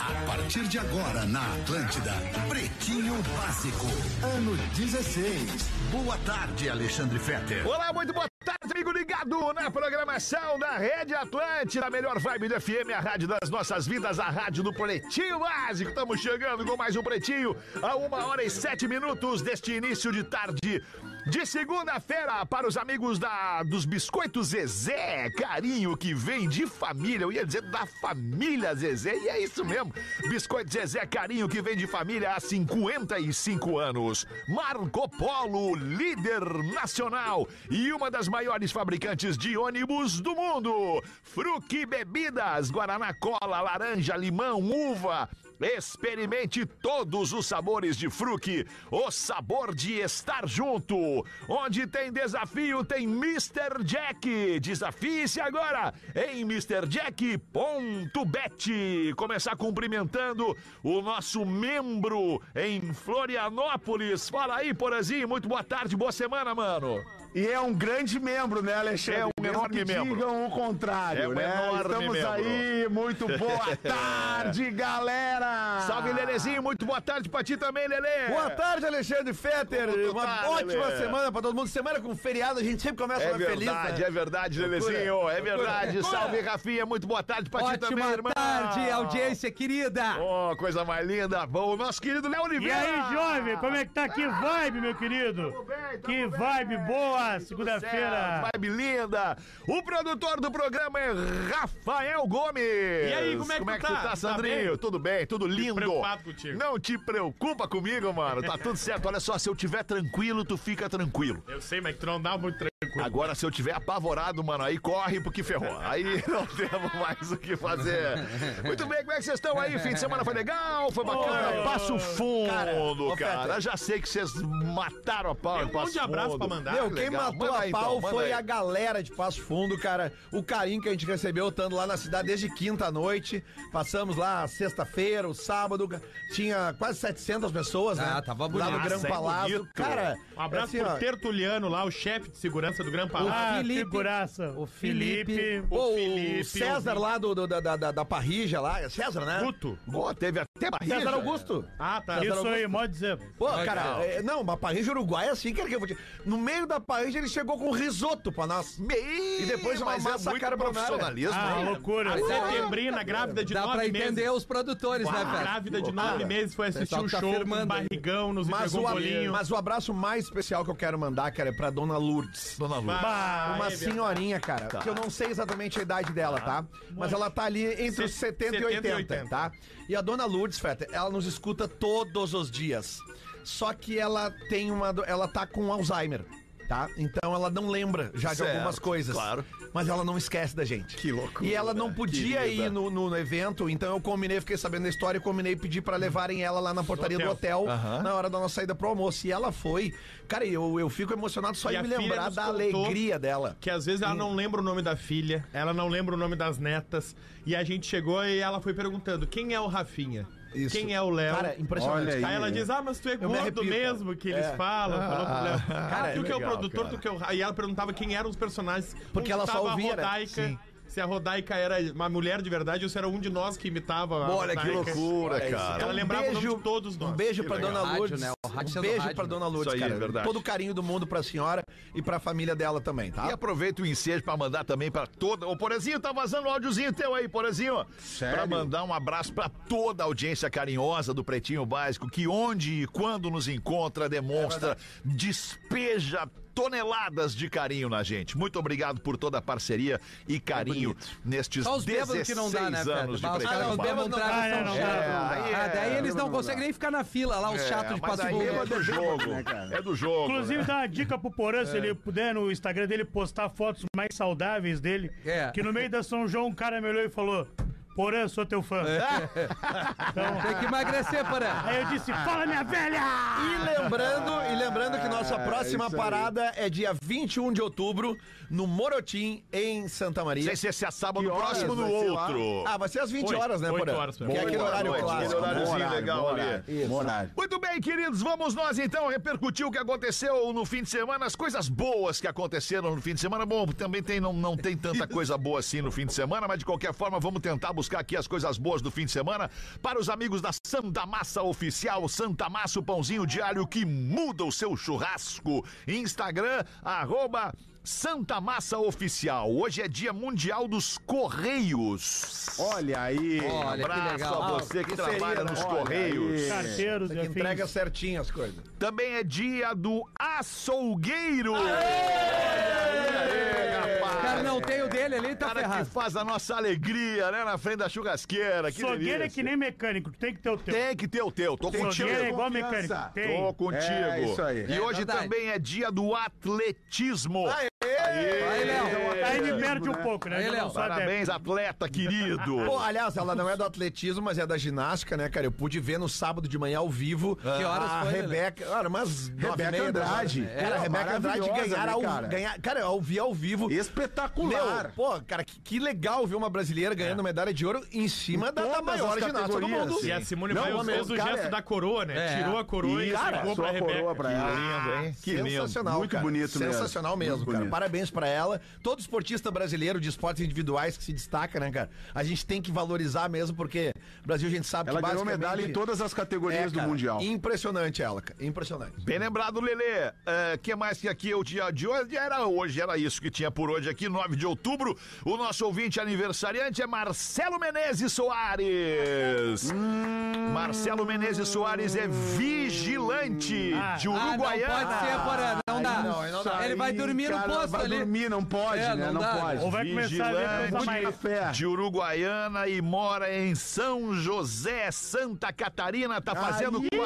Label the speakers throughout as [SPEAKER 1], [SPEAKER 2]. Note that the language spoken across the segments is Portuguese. [SPEAKER 1] A partir de agora na Atlântida, Pretinho Básico, ano 16. Boa tarde, Alexandre Fetter.
[SPEAKER 2] Olá, muito boa tarde, amigo ligado na programação da Rede Atlântida, a melhor vibe do FM, a rádio das nossas vidas, a rádio do Pretinho Básico. Estamos chegando com mais um Pretinho a uma hora e sete minutos deste início de tarde de segunda-feira para os amigos da, dos Biscoitos Zezé, carinho que vem de família, eu ia dizer da família Zezé, e é isso mesmo. Biscoito Zezé, carinho que vem de família há 55 anos. Marco Polo, líder nacional e uma das maiores fabricantes de ônibus do mundo. Fruque Bebidas, Guaraná Cola, Laranja, Limão, Uva. Experimente todos os sabores de fruque, o sabor de estar junto. Onde tem desafio, tem Mr. Jack. Desafie-se agora em MrJack.bet. Começar cumprimentando o nosso membro em Florianópolis. Fala aí, Porazinho. Muito boa tarde, boa semana, mano.
[SPEAKER 3] E é um grande membro, né, Alexandre?
[SPEAKER 2] É um
[SPEAKER 3] Mesmo
[SPEAKER 2] enorme
[SPEAKER 3] que
[SPEAKER 2] membro.
[SPEAKER 3] Digam o contrário,
[SPEAKER 2] É um
[SPEAKER 3] né?
[SPEAKER 2] enorme
[SPEAKER 3] Estamos
[SPEAKER 2] membro.
[SPEAKER 3] aí, muito boa tarde, galera!
[SPEAKER 2] Salve, Lelezinho. Muito boa tarde pra ti também, Lele.
[SPEAKER 4] Boa tarde, Alexandre
[SPEAKER 2] Como tu
[SPEAKER 4] Fetter. Uma
[SPEAKER 2] tá,
[SPEAKER 4] ótima
[SPEAKER 2] Lelê?
[SPEAKER 4] semana pra todo mundo. Semana com feriado, a gente sempre começa
[SPEAKER 2] É
[SPEAKER 4] mais feliz.
[SPEAKER 2] verdade,
[SPEAKER 4] né?
[SPEAKER 2] é verdade, Lelezinho. É verdade.
[SPEAKER 4] Loucura.
[SPEAKER 2] Salve, Rafinha. Muito boa tarde pra ti também,
[SPEAKER 5] Ótima
[SPEAKER 2] irmão.
[SPEAKER 5] tarde, audiência querida.
[SPEAKER 2] Oh, coisa mais linda. Bom, o nosso querido Léo
[SPEAKER 6] E
[SPEAKER 2] Oliveira.
[SPEAKER 6] aí,
[SPEAKER 7] Ah!
[SPEAKER 6] jovem, como é que tá? Que vibe, meu querido?
[SPEAKER 2] bem, tamo
[SPEAKER 6] que
[SPEAKER 2] bem.
[SPEAKER 6] vibe
[SPEAKER 7] né?
[SPEAKER 6] boa,
[SPEAKER 2] Tudo
[SPEAKER 6] segunda-feira.
[SPEAKER 2] certo, Vibe linda. O produtor do programa é Rafael Gomes. E
[SPEAKER 7] aí, como é que tu
[SPEAKER 2] tu
[SPEAKER 7] tá?
[SPEAKER 2] tá,
[SPEAKER 7] Tá
[SPEAKER 2] Sandrinho?
[SPEAKER 7] bem?
[SPEAKER 2] tudo bem, tudo lindo.
[SPEAKER 7] preocupado contigo.
[SPEAKER 2] Não te preocupa comigo, mano. Tá tudo certo. Olha só, se eu tiver tranquilo, tu fica tranquilo.
[SPEAKER 7] Eu sei, mas que tu não dá muito tranquilo.
[SPEAKER 2] Agora, se eu tiver apavorado, mano, aí corre porque ferrou. Aí não temos mais o que fazer. Muito bem, como é que vocês estão aí? Fim de semana foi legal, foi bacana. Passo fundo,
[SPEAKER 4] ô, Feta.
[SPEAKER 2] cara. Já sei que vocês mataram a pau. em
[SPEAKER 7] Tem um monte de
[SPEAKER 2] Passo
[SPEAKER 7] abraço
[SPEAKER 2] Fundo.
[SPEAKER 7] pra mandar.
[SPEAKER 4] Meu, quem
[SPEAKER 2] Ah, legal.
[SPEAKER 4] matou
[SPEAKER 2] Manda
[SPEAKER 4] a
[SPEAKER 2] aí,
[SPEAKER 4] pau
[SPEAKER 2] então, manda
[SPEAKER 4] foi
[SPEAKER 2] aí.
[SPEAKER 4] a galera de Passo Fundo, cara. O carinho que a gente recebeu estando lá na cidade desde quinta-noite. Passamos lá sexta-feira, o sábado. ca- Tinha quase 700 pessoas, né?
[SPEAKER 5] Ah, tava bonito.
[SPEAKER 4] Lá no Gran
[SPEAKER 2] Nossa, é
[SPEAKER 4] Palácio.
[SPEAKER 2] bonito.
[SPEAKER 4] Cara,
[SPEAKER 7] Um abraço
[SPEAKER 4] assim,
[SPEAKER 7] pro
[SPEAKER 4] ó,
[SPEAKER 7] Tertuliano lá, o chefe de segurança do Gran
[SPEAKER 6] Ah,
[SPEAKER 7] Palácio.
[SPEAKER 5] Felipe.
[SPEAKER 6] figuraça.
[SPEAKER 5] O Felipe.
[SPEAKER 6] O
[SPEAKER 4] pô,
[SPEAKER 7] Felipe,
[SPEAKER 4] o César
[SPEAKER 7] o-
[SPEAKER 4] lá do, do- da, da, da- da Parrija lá. É César, né?
[SPEAKER 7] Guto.
[SPEAKER 2] Boa, teve até barriga.
[SPEAKER 4] César Augusto.
[SPEAKER 7] Ah, tá.
[SPEAKER 4] César
[SPEAKER 6] Isso aí,
[SPEAKER 4] Augusto.
[SPEAKER 6] pode dizer.
[SPEAKER 4] Pô, cara, é, não, uma parrija uruguaia assim, cara, que eu vou te... No meio da parrija ele chegou com risoto pra nós.
[SPEAKER 2] Meio,
[SPEAKER 4] E depois uma
[SPEAKER 2] mas é
[SPEAKER 4] massa
[SPEAKER 2] muito
[SPEAKER 4] carbonara.
[SPEAKER 2] profissionalismo.
[SPEAKER 6] Ah,
[SPEAKER 2] hein?
[SPEAKER 6] loucura.
[SPEAKER 7] A setembrina, grávida de
[SPEAKER 5] Dá
[SPEAKER 7] nove
[SPEAKER 5] pra entender
[SPEAKER 7] meses.
[SPEAKER 5] os produtores, né,
[SPEAKER 7] A
[SPEAKER 5] Feta?
[SPEAKER 7] grávida de nove meses foi assistir
[SPEAKER 5] pessoal
[SPEAKER 7] o
[SPEAKER 5] tá
[SPEAKER 7] show com
[SPEAKER 5] firmando
[SPEAKER 7] barrigão nos
[SPEAKER 4] Mas o,
[SPEAKER 7] entregou um
[SPEAKER 4] ab-
[SPEAKER 7] bolinho.
[SPEAKER 4] mas o abraço mais especial que eu quero mandar, cara, é pra dona Lourdes.
[SPEAKER 2] Dona Lu.
[SPEAKER 7] Bah,
[SPEAKER 4] Uma
[SPEAKER 7] é verdade.
[SPEAKER 4] senhorinha, cara, que eu não sei exatamente a idade dela, tá? Mas ela tá ali entre os
[SPEAKER 7] Se-
[SPEAKER 4] 70 e 80,
[SPEAKER 7] 80,
[SPEAKER 4] tá? E a dona Lourdes, Feta, ela nos escuta todos os dias. Só que ela tem uma. do- Ela tá com Alzheimer. Tá? Então ela não lembra já de
[SPEAKER 2] Certo,
[SPEAKER 4] algumas coisas.
[SPEAKER 2] claro.
[SPEAKER 4] Mas ela não esquece da gente.
[SPEAKER 2] Que loucura,
[SPEAKER 4] E ela não podia
[SPEAKER 2] querida.
[SPEAKER 4] ir no, no- no evento, então eu combinei, fiquei sabendo da história e combinei pedir pra levarem ela lá na portaria do hotel
[SPEAKER 2] Aham.
[SPEAKER 4] na hora da nossa saída pro almoço. E ela foi. Cara, eu, eu fico emocionado só
[SPEAKER 7] E
[SPEAKER 4] de
[SPEAKER 7] a
[SPEAKER 4] me
[SPEAKER 7] filha
[SPEAKER 4] lembrar
[SPEAKER 7] nos
[SPEAKER 4] da
[SPEAKER 7] contou
[SPEAKER 4] alegria dela.
[SPEAKER 7] Que às
[SPEAKER 4] É.
[SPEAKER 7] vezes ela não lembra o nome da filha, ela não lembra o nome das netas. E a gente chegou e ela foi perguntando: quem é o Rafinha?
[SPEAKER 4] Isso.
[SPEAKER 7] Quem é o Léo?
[SPEAKER 4] Cara, impressionante.
[SPEAKER 7] Aí ela diz, ah, mas tu é
[SPEAKER 4] me
[SPEAKER 7] gordo
[SPEAKER 4] arrepio, cara.
[SPEAKER 7] mesmo, que eles
[SPEAKER 4] É.
[SPEAKER 7] falam. falou pro Léo.
[SPEAKER 4] Cara,
[SPEAKER 7] Cara, tu que é o
[SPEAKER 2] legal,
[SPEAKER 7] produtor,
[SPEAKER 2] cara.
[SPEAKER 7] do que é o... E ela perguntava quem eram os personagens.
[SPEAKER 4] Porque ela só
[SPEAKER 7] tava
[SPEAKER 4] ouvia,
[SPEAKER 7] a
[SPEAKER 4] né?
[SPEAKER 7] Rodaica,
[SPEAKER 4] Sim.
[SPEAKER 7] Se a Rodaica era uma mulher de verdade ou se era um de nós que imitava a
[SPEAKER 2] Olha que
[SPEAKER 7] Rodaica.
[SPEAKER 2] loucura,
[SPEAKER 7] Ela
[SPEAKER 2] cara. Um
[SPEAKER 7] lembrava o nome de todos
[SPEAKER 4] Um
[SPEAKER 7] nós.
[SPEAKER 4] beijo
[SPEAKER 2] Que
[SPEAKER 4] pra
[SPEAKER 2] legal.
[SPEAKER 4] Dona
[SPEAKER 5] Rádio,
[SPEAKER 4] Lourdes.
[SPEAKER 5] né? O rádio
[SPEAKER 4] um
[SPEAKER 5] sendo
[SPEAKER 4] beijo
[SPEAKER 5] rádio,
[SPEAKER 4] pra
[SPEAKER 5] né?
[SPEAKER 4] Dona Lourdes,
[SPEAKER 2] Isso aí, é
[SPEAKER 4] cara.
[SPEAKER 2] verdade.
[SPEAKER 4] Todo o carinho do mundo pra senhora e pra família dela também,
[SPEAKER 2] E
[SPEAKER 4] tá?
[SPEAKER 2] aproveita o ensejo pra mandar também pra toda. Ô, Porazinho, tá vazando o áudiozinho teu aí, Porazinho. Sério? Pra mandar um abraço pra toda a audiência carinhosa do Pretinho Básico, que onde e quando nos encontra,
[SPEAKER 4] É
[SPEAKER 2] demonstra, despeja toneladas de carinho na gente. Muito obrigado por toda a parceria
[SPEAKER 4] É
[SPEAKER 2] e carinho nestes
[SPEAKER 5] Só os
[SPEAKER 2] 16
[SPEAKER 5] bêbados que não dá, né, Feta?
[SPEAKER 2] anos de
[SPEAKER 5] Bah, Os caras
[SPEAKER 2] Pretinho
[SPEAKER 5] que
[SPEAKER 2] Básico.
[SPEAKER 5] bêbados não trazem
[SPEAKER 6] dá,
[SPEAKER 5] são
[SPEAKER 6] não
[SPEAKER 5] chatos.
[SPEAKER 2] dá. É, aí
[SPEAKER 5] Ah, daí
[SPEAKER 2] é,
[SPEAKER 5] eles não
[SPEAKER 2] não dá.
[SPEAKER 5] conseguem nem ficar na fila lá, os chatos de
[SPEAKER 2] mas
[SPEAKER 5] Passo
[SPEAKER 2] aí
[SPEAKER 4] um
[SPEAKER 2] é
[SPEAKER 5] Fundo.
[SPEAKER 2] do jogo.
[SPEAKER 4] né,
[SPEAKER 2] É do jogo.
[SPEAKER 7] né?
[SPEAKER 6] Inclusive, dá uma dica pro Porã, se ele puder, no Instagram dele, postar fotos mais saudáveis dele.
[SPEAKER 5] É.
[SPEAKER 6] Que no meio da São João, um cara me olhou e falou... Porã, sou teu fã.
[SPEAKER 4] Tem que emagrecer, Porã.
[SPEAKER 6] Aí eu disse, fala minha velha!
[SPEAKER 8] E lembrando, e lembrando que nossa próxima parada é dia 21 de outubro, no Morotim, em Santa
[SPEAKER 2] Não
[SPEAKER 8] Maria.
[SPEAKER 2] sei se esse é sábado
[SPEAKER 9] horas
[SPEAKER 2] próximo no
[SPEAKER 9] vai ser lá?
[SPEAKER 2] outro.
[SPEAKER 8] Ah, vai ser às 20
[SPEAKER 7] Oito,
[SPEAKER 8] horas, né,
[SPEAKER 7] oito
[SPEAKER 8] Porã?
[SPEAKER 7] horas, Porã.
[SPEAKER 8] Que é aquele
[SPEAKER 2] Boa
[SPEAKER 8] horário
[SPEAKER 2] noite,
[SPEAKER 8] clássico.
[SPEAKER 2] aquele horáriozinho legal ali.
[SPEAKER 9] Bom horário.
[SPEAKER 2] Muito bem, queridos, vamos nós então repercutir o que aconteceu no fim de semana, as coisas boas que aconteceram no fim de semana. Bom, também tem, não, não tem tanta coisa boa assim no fim de semana, mas de qualquer forma vamos tentar buscar aqui as coisas boas do fim de semana para os amigos da Santa Massa Oficial, Santa Massa, o pãozinho diário que muda o seu churrasco. Instagram, arroba Santa Massa Oficial. Hoje é dia mundial dos Correios. Um
[SPEAKER 9] Olha aí.
[SPEAKER 4] Olha, que
[SPEAKER 2] Abraço
[SPEAKER 4] legal.
[SPEAKER 2] a você que
[SPEAKER 8] que seria,
[SPEAKER 2] trabalha
[SPEAKER 8] né?
[SPEAKER 2] nos
[SPEAKER 8] Olha
[SPEAKER 2] Correios.
[SPEAKER 6] Carteiros,
[SPEAKER 8] Que
[SPEAKER 6] enfim.
[SPEAKER 8] entrega certinho as coisas.
[SPEAKER 2] Também é dia do açougueiro.
[SPEAKER 4] O cara não tem o dele ali, tá
[SPEAKER 2] Cara que
[SPEAKER 4] ferrado.
[SPEAKER 2] faz a nossa alegria, né? Na frente da churrasqueira. Que
[SPEAKER 6] Sogueira é
[SPEAKER 2] delícia.
[SPEAKER 6] que nem mecânico, tem que ter o teu.
[SPEAKER 2] Tem que ter o teu. Tô contigo.
[SPEAKER 6] Sogueira é igual
[SPEAKER 9] confiança.
[SPEAKER 6] mecânico. Tem.
[SPEAKER 2] Tô contigo.
[SPEAKER 9] É, isso aí.
[SPEAKER 2] E
[SPEAKER 4] É
[SPEAKER 2] hoje
[SPEAKER 4] verdade.
[SPEAKER 2] também é dia do atletismo.
[SPEAKER 4] Aí,
[SPEAKER 9] Então,
[SPEAKER 4] Léo.
[SPEAKER 6] Aí me perde um pouco, né?
[SPEAKER 4] Aí,
[SPEAKER 6] Eu
[SPEAKER 4] Léo,
[SPEAKER 6] não sou adepto.
[SPEAKER 2] Parabéns, atleta querido.
[SPEAKER 8] Pô, aliás, ela não é do atletismo, mas é da ginástica, né, cara? Eu pude ver no sábado de manhã ao vivo
[SPEAKER 9] Ah.
[SPEAKER 4] Que horas
[SPEAKER 8] a
[SPEAKER 4] foi, Lelê?
[SPEAKER 8] Rebeca. Cara, mas nove e
[SPEAKER 9] né? Rebeca
[SPEAKER 8] meia da manhã.
[SPEAKER 9] Andrade.
[SPEAKER 8] Cara, a
[SPEAKER 9] Pô,
[SPEAKER 8] Rebeca Andrade
[SPEAKER 9] maravilhosa,
[SPEAKER 8] ganhar
[SPEAKER 9] né,
[SPEAKER 8] ao,
[SPEAKER 9] cara?
[SPEAKER 8] ganhar, cara, eu vi ao vivo.
[SPEAKER 9] né? Espetacular.
[SPEAKER 8] Meu, pô, cara, que, que legal ver uma brasileira ganhando medalha de ouro em cima da, da
[SPEAKER 9] É. todas as
[SPEAKER 8] maior ginasta do
[SPEAKER 9] categorias,
[SPEAKER 8] mundo.
[SPEAKER 9] sim.
[SPEAKER 7] E a Simone
[SPEAKER 9] Não,
[SPEAKER 7] Biles
[SPEAKER 9] homem,
[SPEAKER 7] fez o
[SPEAKER 9] cara,
[SPEAKER 7] gesto
[SPEAKER 9] é-
[SPEAKER 7] da coroa, né?
[SPEAKER 4] É.
[SPEAKER 7] Tirou a coroa e,
[SPEAKER 9] E, cara,
[SPEAKER 7] entregou
[SPEAKER 9] só
[SPEAKER 7] pra
[SPEAKER 9] a
[SPEAKER 7] Rebeca.
[SPEAKER 9] coroa pra ela.
[SPEAKER 2] Lindo, hein? Que lindo.
[SPEAKER 8] Sensacional,
[SPEAKER 9] Muito
[SPEAKER 8] cara.
[SPEAKER 9] bonito mesmo.
[SPEAKER 8] Sensacional mesmo,
[SPEAKER 9] Muito
[SPEAKER 8] cara.
[SPEAKER 9] bonito.
[SPEAKER 8] Parabéns pra ela. Todo esportista brasileiro de esportes individuais que se destaca, né, cara? A gente tem que valorizar mesmo, porque o Brasil a gente sabe
[SPEAKER 9] Ela
[SPEAKER 8] que
[SPEAKER 9] ganhou
[SPEAKER 8] basicamente...
[SPEAKER 9] medalha em todas as
[SPEAKER 8] É,
[SPEAKER 9] categorias do
[SPEAKER 8] cara,
[SPEAKER 9] Mundial.
[SPEAKER 8] Impressionante ela, cara. Impressionante.
[SPEAKER 2] Bem lembrado, Lelê. O que mais que aqui é o dia de hoje? Era hoje, era isso que tinha por hoje aqui, 9 de outubro. O nosso ouvinte aniversariante é Marcelo Menezes Soares. Marcelo Menezes Soares é vigilante de
[SPEAKER 4] Ah, não pode ser,
[SPEAKER 2] Uruguaiana.
[SPEAKER 4] Porã. Não dá.
[SPEAKER 8] não dá.
[SPEAKER 4] Ele vai
[SPEAKER 9] Aí,
[SPEAKER 4] dormir no
[SPEAKER 9] cara,
[SPEAKER 4] posto
[SPEAKER 9] vai
[SPEAKER 4] ali.
[SPEAKER 9] dormir, não pode,
[SPEAKER 4] É,
[SPEAKER 9] né?
[SPEAKER 4] não
[SPEAKER 9] Não,
[SPEAKER 4] dá.
[SPEAKER 9] pode.
[SPEAKER 6] Ou vai começar a ler coisa
[SPEAKER 2] Vigilante.
[SPEAKER 6] mais...
[SPEAKER 9] Café.
[SPEAKER 2] de Uruguaiana e mora em São José, Santa Catarina. Tá fazendo
[SPEAKER 9] Aí, já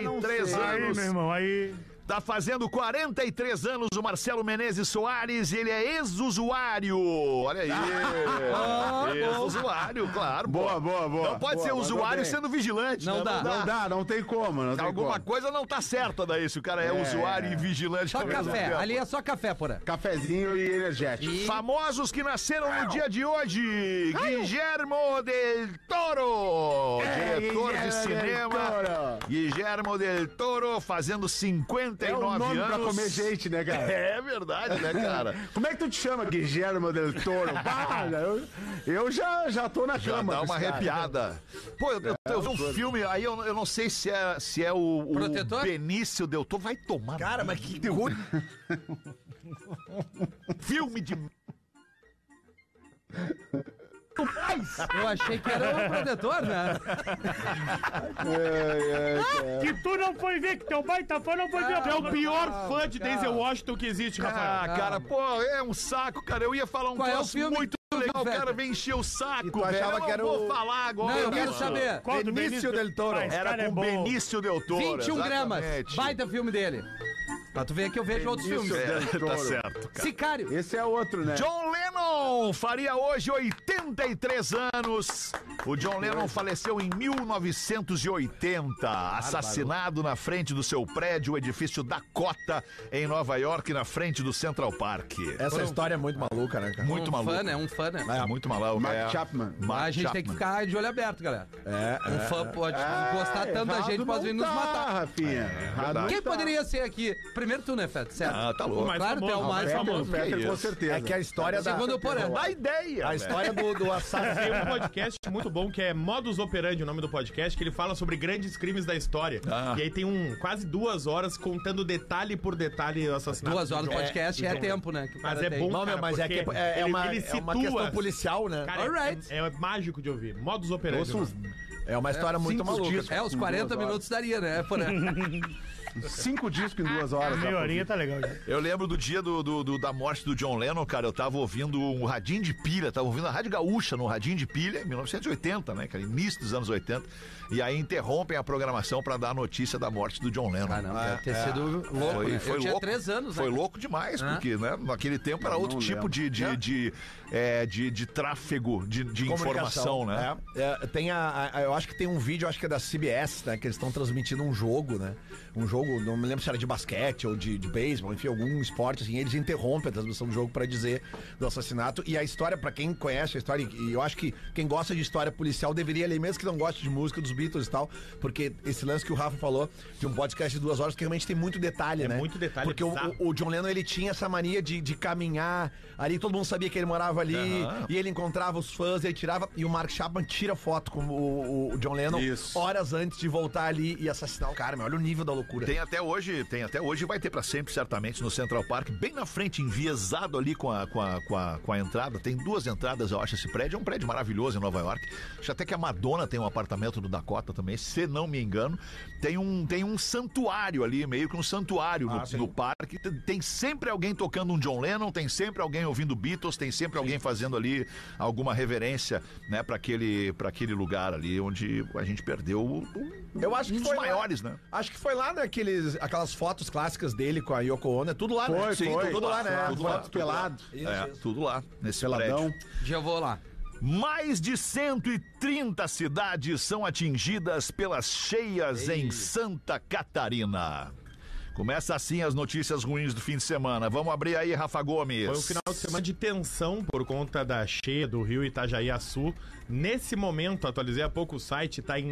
[SPEAKER 9] não
[SPEAKER 2] 43
[SPEAKER 9] sei.
[SPEAKER 6] Aí,
[SPEAKER 2] anos.
[SPEAKER 6] meu irmão, aí...
[SPEAKER 2] Tá fazendo 43 anos o Marcelo Menezes Soares, ele é ex-usuário. Olha aí. ex-usuário, claro. pô.
[SPEAKER 9] Ah, Boa, boa, boa.
[SPEAKER 2] Não pode
[SPEAKER 9] Boa,
[SPEAKER 2] ser
[SPEAKER 9] mandou
[SPEAKER 2] usuário
[SPEAKER 9] bem.
[SPEAKER 2] sendo vigilante.
[SPEAKER 4] Não
[SPEAKER 2] né?
[SPEAKER 4] dá.
[SPEAKER 9] Não dá, não tem como, não tem
[SPEAKER 2] Alguma
[SPEAKER 9] como.
[SPEAKER 2] coisa não tá certa daí, se o cara é, usuário e vigilante.
[SPEAKER 4] Só
[SPEAKER 2] ao mesmo
[SPEAKER 4] café.
[SPEAKER 2] tempo.
[SPEAKER 4] Ali é só café, Porã.
[SPEAKER 9] Cafezinho e energético.
[SPEAKER 2] Famosos que nasceram no dia de hoje. Guillermo del Toro,
[SPEAKER 9] É,
[SPEAKER 2] diretor de cinema. Guillermo del Toro fazendo
[SPEAKER 9] É o
[SPEAKER 2] 59
[SPEAKER 9] nome
[SPEAKER 2] anos.
[SPEAKER 9] pra comer gente, né, cara?
[SPEAKER 2] É verdade, né, cara?
[SPEAKER 9] Como é que tu te chama, Guillermo del Toro? Bah, eu eu já, já tô na
[SPEAKER 2] Já
[SPEAKER 9] cama.
[SPEAKER 2] dá
[SPEAKER 9] com
[SPEAKER 2] uma
[SPEAKER 9] esse cara.
[SPEAKER 2] arrepiada. Pô, eu, eu, eu vi um filme, aí eu, eu não sei se é, se é o, o
[SPEAKER 4] Protetor?
[SPEAKER 2] Benício Del Toro. Vai tomar.
[SPEAKER 8] Cara, mas que deu.
[SPEAKER 2] filme de...
[SPEAKER 4] Eu achei que era o protetor, né?
[SPEAKER 6] Que tu não foi ver, que teu baita fã não foi ver.
[SPEAKER 7] Tu é o pior fã de Denzel Washington que existe,
[SPEAKER 2] Ah,
[SPEAKER 7] Rafael.
[SPEAKER 2] cara, pô, é um saco, cara. Eu ia falar um
[SPEAKER 4] Qual é o
[SPEAKER 2] troço
[SPEAKER 4] filme
[SPEAKER 2] muito
[SPEAKER 4] que tu viu,
[SPEAKER 2] legal, o cara
[SPEAKER 4] Fetter?
[SPEAKER 2] vem encher o saco,
[SPEAKER 8] E tu
[SPEAKER 2] velho.
[SPEAKER 8] achava
[SPEAKER 2] Eu não
[SPEAKER 8] que era
[SPEAKER 2] vou
[SPEAKER 8] o-
[SPEAKER 2] falar agora.
[SPEAKER 4] Não, eu quero
[SPEAKER 2] disso.
[SPEAKER 4] saber.
[SPEAKER 6] Qual do
[SPEAKER 8] Benício del Toro.
[SPEAKER 6] Ah, esse
[SPEAKER 2] Era
[SPEAKER 6] cara é
[SPEAKER 2] com
[SPEAKER 6] bom.
[SPEAKER 2] Benício Del Toro.
[SPEAKER 4] 21 gramas.
[SPEAKER 2] exatamente.
[SPEAKER 4] Baita filme dele. Pra tu ver que eu vejo outros filmes.
[SPEAKER 2] É, tá
[SPEAKER 9] Toro.
[SPEAKER 2] certo.
[SPEAKER 4] Sicário.
[SPEAKER 9] Esse é outro, né?
[SPEAKER 2] John Lennon faria hoje 83 anos. O John Lennon faleceu em 1980, assassinado na frente do seu prédio, o edifício Dakota, em Nova York, na frente do Central Park.
[SPEAKER 8] Essa história é muito maluca, né, cara?
[SPEAKER 2] Muito
[SPEAKER 4] um
[SPEAKER 2] maluco.
[SPEAKER 4] fã, né? Um fã, né?
[SPEAKER 2] É, muito maluco.
[SPEAKER 9] Mark
[SPEAKER 2] é.
[SPEAKER 9] Chapman.
[SPEAKER 4] Mas a
[SPEAKER 2] Mark
[SPEAKER 4] gente tem que
[SPEAKER 2] Chapman.
[SPEAKER 4] ficar de olho aberto, galera. um fã pode gostar tanto da gente, pode vir nos matar.
[SPEAKER 9] Rafinha. Errado
[SPEAKER 4] Quem
[SPEAKER 9] não tá.
[SPEAKER 4] poderia ser aqui? Primeiro tu, né, Feto? Certo.
[SPEAKER 2] É, Ah, tá
[SPEAKER 7] O
[SPEAKER 2] louco.
[SPEAKER 7] mais
[SPEAKER 4] claro,
[SPEAKER 7] famoso,
[SPEAKER 4] tem o mais
[SPEAKER 7] Rafael.
[SPEAKER 9] Peter,
[SPEAKER 7] famoso.
[SPEAKER 9] Peter,
[SPEAKER 2] que é
[SPEAKER 9] com
[SPEAKER 2] isso?
[SPEAKER 9] certeza.
[SPEAKER 8] É que a história da...
[SPEAKER 4] Segundo o Porã.
[SPEAKER 2] Dá ideia.
[SPEAKER 8] A história do, do assassino...
[SPEAKER 7] Tem um podcast muito bom que é Modus Operandi, o nome do podcast, que ele fala sobre grandes crimes da história. E aí tem um quase duas horas contando detalhe por detalhe o assassinato.
[SPEAKER 4] Duas horas
[SPEAKER 7] do
[SPEAKER 4] no
[SPEAKER 7] John.
[SPEAKER 4] podcast é, tempo, né? que o
[SPEAKER 7] Mas
[SPEAKER 4] cara
[SPEAKER 7] é
[SPEAKER 4] tem.
[SPEAKER 7] bom,
[SPEAKER 8] Não, meu,
[SPEAKER 7] cara,
[SPEAKER 8] mas é que
[SPEAKER 7] porque
[SPEAKER 8] é, é
[SPEAKER 7] ele-
[SPEAKER 8] uma,
[SPEAKER 7] ele
[SPEAKER 8] é
[SPEAKER 7] situa-
[SPEAKER 8] uma questão policial, né?
[SPEAKER 7] Cara,
[SPEAKER 4] Alright.
[SPEAKER 7] é, é mágico de ouvir. Modus Operandi.
[SPEAKER 9] Ouça uns
[SPEAKER 7] o nome.
[SPEAKER 8] É uma história muito
[SPEAKER 9] cinco
[SPEAKER 8] maluca.
[SPEAKER 9] discos.
[SPEAKER 8] cara.
[SPEAKER 4] É, os
[SPEAKER 9] Com
[SPEAKER 4] 40
[SPEAKER 9] duas
[SPEAKER 4] minutos daria, né, Porã?
[SPEAKER 9] Cinco discos em duas horas.
[SPEAKER 6] Meia
[SPEAKER 9] rapaz.
[SPEAKER 6] horinha tá legal já.
[SPEAKER 2] Eu lembro do dia do, do- do- da morte do John Lennon, cara. Eu tava ouvindo um radinho de pilha, tava ouvindo a Rádio Gaúcha no radinho de pilha, em 1980, né, cara? Início dos anos 80. E aí interrompem a programação pra dar a notícia da morte do John Lennon.
[SPEAKER 4] Ah, não, deve ter sido louco,
[SPEAKER 2] Foi,
[SPEAKER 4] né?
[SPEAKER 2] foi
[SPEAKER 4] eu tinha
[SPEAKER 2] louco.
[SPEAKER 4] três anos,
[SPEAKER 2] Foi
[SPEAKER 4] né?
[SPEAKER 2] louco demais, porque né, naquele tempo era
[SPEAKER 9] Eu
[SPEAKER 2] outro
[SPEAKER 9] não
[SPEAKER 2] tipo
[SPEAKER 9] lembro.
[SPEAKER 2] de, de, de, é, de- de tráfego de, de informação, né?
[SPEAKER 8] É. É, tem a, a- eu acho que tem um vídeo, acho que é da CBS, né? Que eles estão transmitindo um jogo, né? Um jogo, não me lembro se era de basquete ou de, de beisebol, enfim, algum esporte, assim. Eles interrompem a transmissão do jogo pra dizer do assassinato. E a história, pra quem conhece a história, e- e eu acho que quem gosta de história policial deveria ler, mesmo que não goste de música dos Beatles e tal, porque esse lance que o Rafa falou de um podcast de duas horas, que realmente tem muito detalhe, né?
[SPEAKER 7] muito detalhe,
[SPEAKER 8] Porque o-
[SPEAKER 7] bizarro.
[SPEAKER 8] o, o John Lennon ele tinha essa mania de, de caminhar ali, todo mundo sabia que ele morava ali, e ele encontrava os fãs, ele tirava, e o Mark Chapman tira foto com o, o- o John Lennon
[SPEAKER 2] Isso.
[SPEAKER 8] horas antes de voltar ali e assassinar o cara, meu, olha o nível da loucura.
[SPEAKER 2] Tem até hoje, tem até hoje, vai ter pra sempre, certamente, no Central Park, bem na frente, enviesado ali com a, com a, com a, com a entrada. Tem duas entradas, eu acho, esse prédio. É um prédio maravilhoso em Nova York. Acho até que a Madonna tem um apartamento no Dakota também, se não me engano. Tem um, tem um santuário ali, meio que um santuário
[SPEAKER 8] Ah,
[SPEAKER 2] no- no, parque. Tem- Tem sempre alguém tocando um John Lennon, tem sempre alguém ouvindo Beatles, tem sempre alguém fazendo ali alguma reverência, né, para aquele, pra aquele lugar ali onde a gente perdeu um,
[SPEAKER 8] Eu acho que
[SPEAKER 2] um dos
[SPEAKER 8] foi lá.
[SPEAKER 2] maiores, né?
[SPEAKER 8] Acho que foi lá naqueles, aquelas fotos clássicas dele com a Yoko Ono, é tudo lá, né?
[SPEAKER 9] Foi,
[SPEAKER 8] Sim,
[SPEAKER 9] foi.
[SPEAKER 8] tudo lá, né?
[SPEAKER 9] Tudo lá, pelado.
[SPEAKER 2] É, tudo lá, nesse
[SPEAKER 9] Peladão.
[SPEAKER 2] prédio.
[SPEAKER 4] Já vou lá.
[SPEAKER 2] Mais de 130 cidades são atingidas pelas cheias em Santa Catarina. Começa assim as notícias ruins do fim de semana. Vamos abrir aí, Rafa Gomes.
[SPEAKER 7] Foi um final de semana de tensão por conta da cheia do rio Itajaí Açu. Nesse momento, atualizei há pouco o site, tá em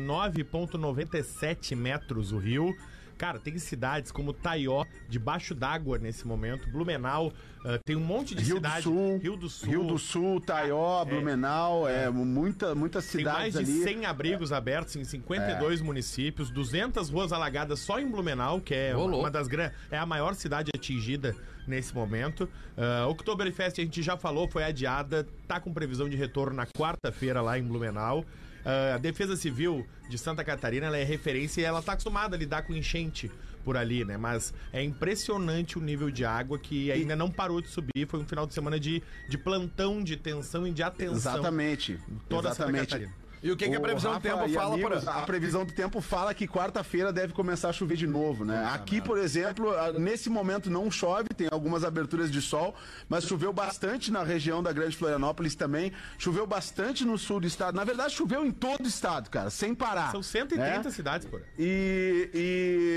[SPEAKER 7] 9,97 metros o rio. Cara, tem cidades como Taió, debaixo d'água nesse momento, Blumenau, ah, tem um monte de
[SPEAKER 9] Rio do,
[SPEAKER 7] cidade.
[SPEAKER 9] Sul,
[SPEAKER 7] Rio do Sul.
[SPEAKER 9] Rio do Sul, Taió, Blumenau, é, muita, muitas
[SPEAKER 7] Tem mais
[SPEAKER 9] cidades
[SPEAKER 7] de
[SPEAKER 9] ali. É.
[SPEAKER 7] 100 abrigos abertos em 52 municípios, 200 ruas alagadas só em Blumenau, que é
[SPEAKER 4] Ô,
[SPEAKER 7] uma,
[SPEAKER 4] louco.
[SPEAKER 7] uma das grandes. É a maior cidade atingida nesse momento. Ah, Oktoberfest, a gente já falou, foi adiada, tá com previsão de retorno na quarta-feira lá em Blumenau. Ah, a Defesa Civil de Santa Catarina ela é referência e ela tá acostumada a lidar com enchente por ali, né? Mas é impressionante o nível de água que ainda não parou de subir. Foi um final de semana de, de plantão, de tensão e de atenção.
[SPEAKER 9] Exatamente.
[SPEAKER 7] Toda Santa
[SPEAKER 9] exatamente.
[SPEAKER 7] Catarina.
[SPEAKER 8] E o que, que a
[SPEAKER 9] Ô,
[SPEAKER 8] previsão
[SPEAKER 9] Rafa
[SPEAKER 8] do tempo
[SPEAKER 9] e
[SPEAKER 8] fala
[SPEAKER 9] amigos,
[SPEAKER 8] para...
[SPEAKER 9] A previsão do tempo fala que quarta-feira deve começar a chover de novo, né? Aqui, por exemplo, a- nesse momento não chove, tem algumas aberturas de sol, mas choveu bastante na região da Grande Florianópolis também, choveu bastante no sul do estado. Na verdade, choveu em todo o estado, cara, sem parar.
[SPEAKER 7] São 130
[SPEAKER 9] né?
[SPEAKER 7] cidades, por aí.
[SPEAKER 9] E,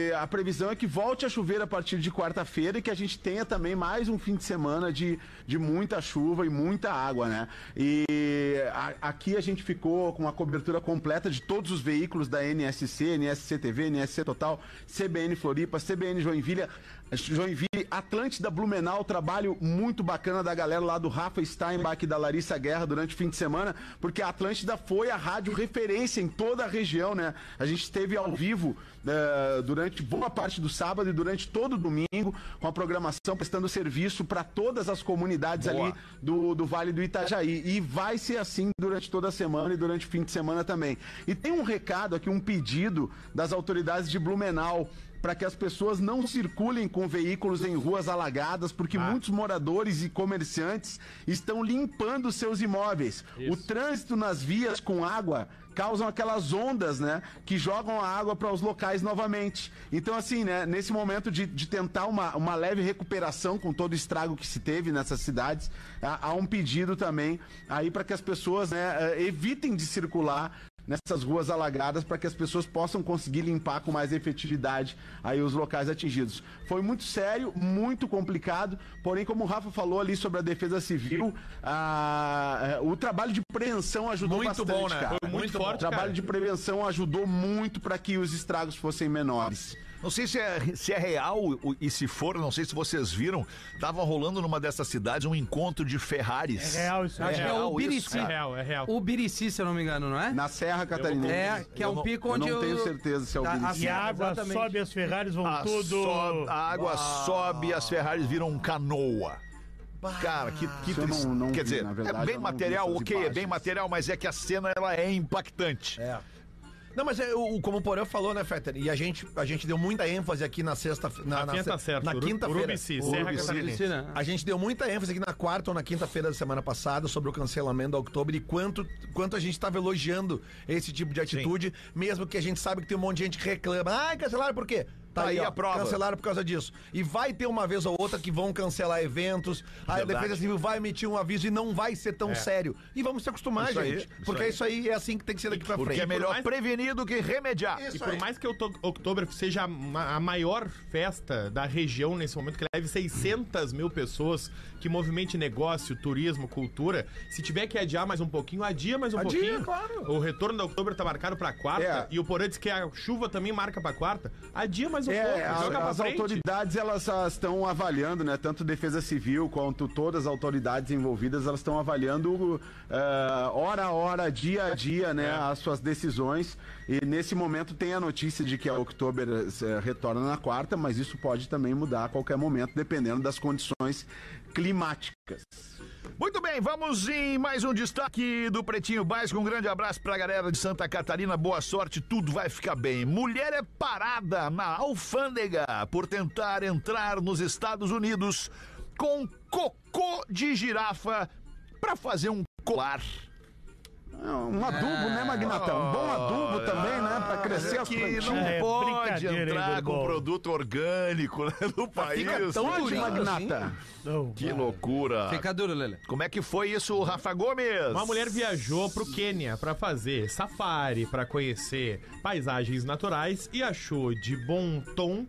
[SPEAKER 9] e a previsão é que volte a chover a partir de quarta-feira e que a gente tenha também mais um fim de semana de, de muita chuva e muita água, né? E a- aqui a gente ficou com uma cobertura completa de todos os veículos da NSC, NSC TV, NSC Total, CBN Floripa, CBN Joinville, Joinville, Atlântida Blumenau, trabalho muito bacana da galera lá do Rafa Steinbach e da Larissa Guerra durante o fim de semana, porque a Atlântida foi a rádio referência em toda a região, né? A gente esteve ao vivo eh, durante boa parte do sábado e durante todo o domingo, com a programação prestando serviço para todas as comunidades ali do, do Vale do Itajaí. E vai ser assim durante toda a semana e durante o fim de semana também. E tem um recado aqui, um pedido das autoridades de Blumenau para que as pessoas não circulem com veículos em ruas alagadas, porque muitos moradores e comerciantes estão limpando seus imóveis. O trânsito nas vias com água causam aquelas ondas, né, que jogam a água para os locais novamente. Então, assim, né, nesse momento de, de tentar uma, uma leve recuperação com todo o estrago que se teve nessas cidades, há, há um pedido também aí para que as pessoas, né, eh, evitem de circular nessas ruas alagadas para que as pessoas possam conseguir limpar com mais efetividade aí os locais atingidos. Foi muito sério, muito complicado, porém como o Rafa falou ali sobre a defesa civil, a- é, o trabalho de prevenção ajudou
[SPEAKER 7] Muito
[SPEAKER 9] bastante,
[SPEAKER 7] bom, né?
[SPEAKER 9] cara.
[SPEAKER 7] Foi muito forte,
[SPEAKER 9] O trabalho
[SPEAKER 7] cara.
[SPEAKER 9] de prevenção ajudou muito para que os estragos fossem menores.
[SPEAKER 2] Não sei se é, se é real o- e se for, não sei se vocês viram, tava rolando numa dessas cidades um encontro de Ferraris.
[SPEAKER 6] É real isso aí.
[SPEAKER 4] Acho que é
[SPEAKER 2] real
[SPEAKER 4] o
[SPEAKER 2] isso,
[SPEAKER 4] Birici.
[SPEAKER 7] É real, é real.
[SPEAKER 4] O Birici, se eu não me engano, não é?
[SPEAKER 9] Na Serra Catarinense.
[SPEAKER 4] É, que é
[SPEAKER 2] Eu
[SPEAKER 4] um
[SPEAKER 2] não-
[SPEAKER 4] pico
[SPEAKER 9] eu
[SPEAKER 4] onde
[SPEAKER 9] não
[SPEAKER 4] eu...
[SPEAKER 9] tenho certeza se é o
[SPEAKER 4] Tá,
[SPEAKER 9] Birici.
[SPEAKER 4] a
[SPEAKER 6] E a
[SPEAKER 4] serra,
[SPEAKER 6] água
[SPEAKER 4] exatamente.
[SPEAKER 6] sobe, as Ferraris vão
[SPEAKER 2] A,
[SPEAKER 6] tudo.
[SPEAKER 2] so- a água sobe, as Ferraris viram um canoa. Cara, que, que
[SPEAKER 9] Isso eu não-
[SPEAKER 2] triste.
[SPEAKER 9] não
[SPEAKER 2] Quer
[SPEAKER 9] vi,
[SPEAKER 2] dizer,
[SPEAKER 9] na verdade,
[SPEAKER 2] é bem
[SPEAKER 9] eu não vi
[SPEAKER 2] material,
[SPEAKER 9] essas
[SPEAKER 2] ok, é bem
[SPEAKER 9] imagens.
[SPEAKER 2] material, mas é que a cena ela é impactante.
[SPEAKER 8] Não, mas é, o, o- como o Porã falou, né, Fetter? E a gente, a gente deu muita ênfase aqui na sexta
[SPEAKER 7] A
[SPEAKER 8] na, na,
[SPEAKER 7] Fia tá
[SPEAKER 8] se-
[SPEAKER 7] certo.
[SPEAKER 8] na
[SPEAKER 7] Uru-
[SPEAKER 8] quinta-feira.
[SPEAKER 7] Urubici,
[SPEAKER 4] É
[SPEAKER 7] Serra
[SPEAKER 8] Urubici.
[SPEAKER 7] Catarinense.
[SPEAKER 4] Piscina.
[SPEAKER 8] A gente deu muita ênfase aqui na quarta ou na quinta-feira da semana passada sobre o cancelamento da Oktober e quanto, quanto a gente estava elogiando esse tipo de atitude, mesmo que a gente sabe que tem um monte de gente que reclama. Ah, cancelaram por quê? Tá,
[SPEAKER 2] Tá
[SPEAKER 8] aí
[SPEAKER 2] aí a
[SPEAKER 8] ó,
[SPEAKER 2] prova.
[SPEAKER 8] Cancelaram por causa disso. E vai ter uma vez ou outra que vão cancelar eventos, a
[SPEAKER 2] Verdade. É.
[SPEAKER 8] Defesa Civil vai emitir um aviso e não vai ser tão sério. E vamos se acostumar,
[SPEAKER 2] Isso aí,
[SPEAKER 8] gente.
[SPEAKER 2] isso
[SPEAKER 8] porque
[SPEAKER 2] aí.
[SPEAKER 8] isso aí é assim que tem que ser daqui pra
[SPEAKER 2] Porque
[SPEAKER 8] frente.
[SPEAKER 2] é melhor
[SPEAKER 7] mais-
[SPEAKER 2] prevenir do que remediar.
[SPEAKER 8] Isso
[SPEAKER 7] E por
[SPEAKER 8] aí.
[SPEAKER 7] mais que o Oct- Oktober seja a ma- a maior festa da região nesse momento, que leve 600 mil pessoas, que movimente negócio, turismo, cultura, se tiver que adiar mais um pouquinho, adia mais um
[SPEAKER 8] Adia,
[SPEAKER 7] pouquinho.
[SPEAKER 8] claro.
[SPEAKER 7] O retorno da Oktober tá marcado pra quarta,
[SPEAKER 9] É.
[SPEAKER 7] e o Porã diz que a chuva também marca pra quarta. Adia mais um pouco,
[SPEAKER 9] É, a-
[SPEAKER 7] joga pra
[SPEAKER 9] as
[SPEAKER 7] frente.
[SPEAKER 9] autoridades elas ah, estão avaliando, né? Tanto Defesa Civil quanto todas as autoridades envolvidas, elas estão avaliando ah, hora a hora, dia a dia, né? As suas decisões. E nesse momento tem a notícia de que a Oktober eh, retorna na quarta, mas isso pode também mudar a qualquer momento, dependendo das condições climáticas.
[SPEAKER 2] Muito bem, vamos em mais um destaque do Pretinho Básico. Um grande abraço pra galera de Santa Catarina. Boa sorte, tudo vai ficar bem. Mulher é parada na alfândega por tentar entrar nos Estados Unidos com cocô de girafa pra fazer um colar.
[SPEAKER 9] É Um adubo, né, Magnata? Um bom adubo também, né? Pra crescer as
[SPEAKER 2] Que
[SPEAKER 9] plantinhas.
[SPEAKER 2] não
[SPEAKER 6] É
[SPEAKER 2] pode
[SPEAKER 6] brincadeira, hein,
[SPEAKER 2] entrar com
[SPEAKER 6] Durval?
[SPEAKER 2] produto orgânico né, no país.
[SPEAKER 8] fica tão
[SPEAKER 9] Pode,
[SPEAKER 8] durinho
[SPEAKER 9] Magnata.
[SPEAKER 8] assim.
[SPEAKER 6] Não,
[SPEAKER 2] Que loucura.
[SPEAKER 4] Fica duro, Lele.
[SPEAKER 2] Como é que foi isso, Rafa Gomes?
[SPEAKER 7] Uma mulher viajou pro Quênia pra fazer safari, pra conhecer paisagens naturais e achou de bom tom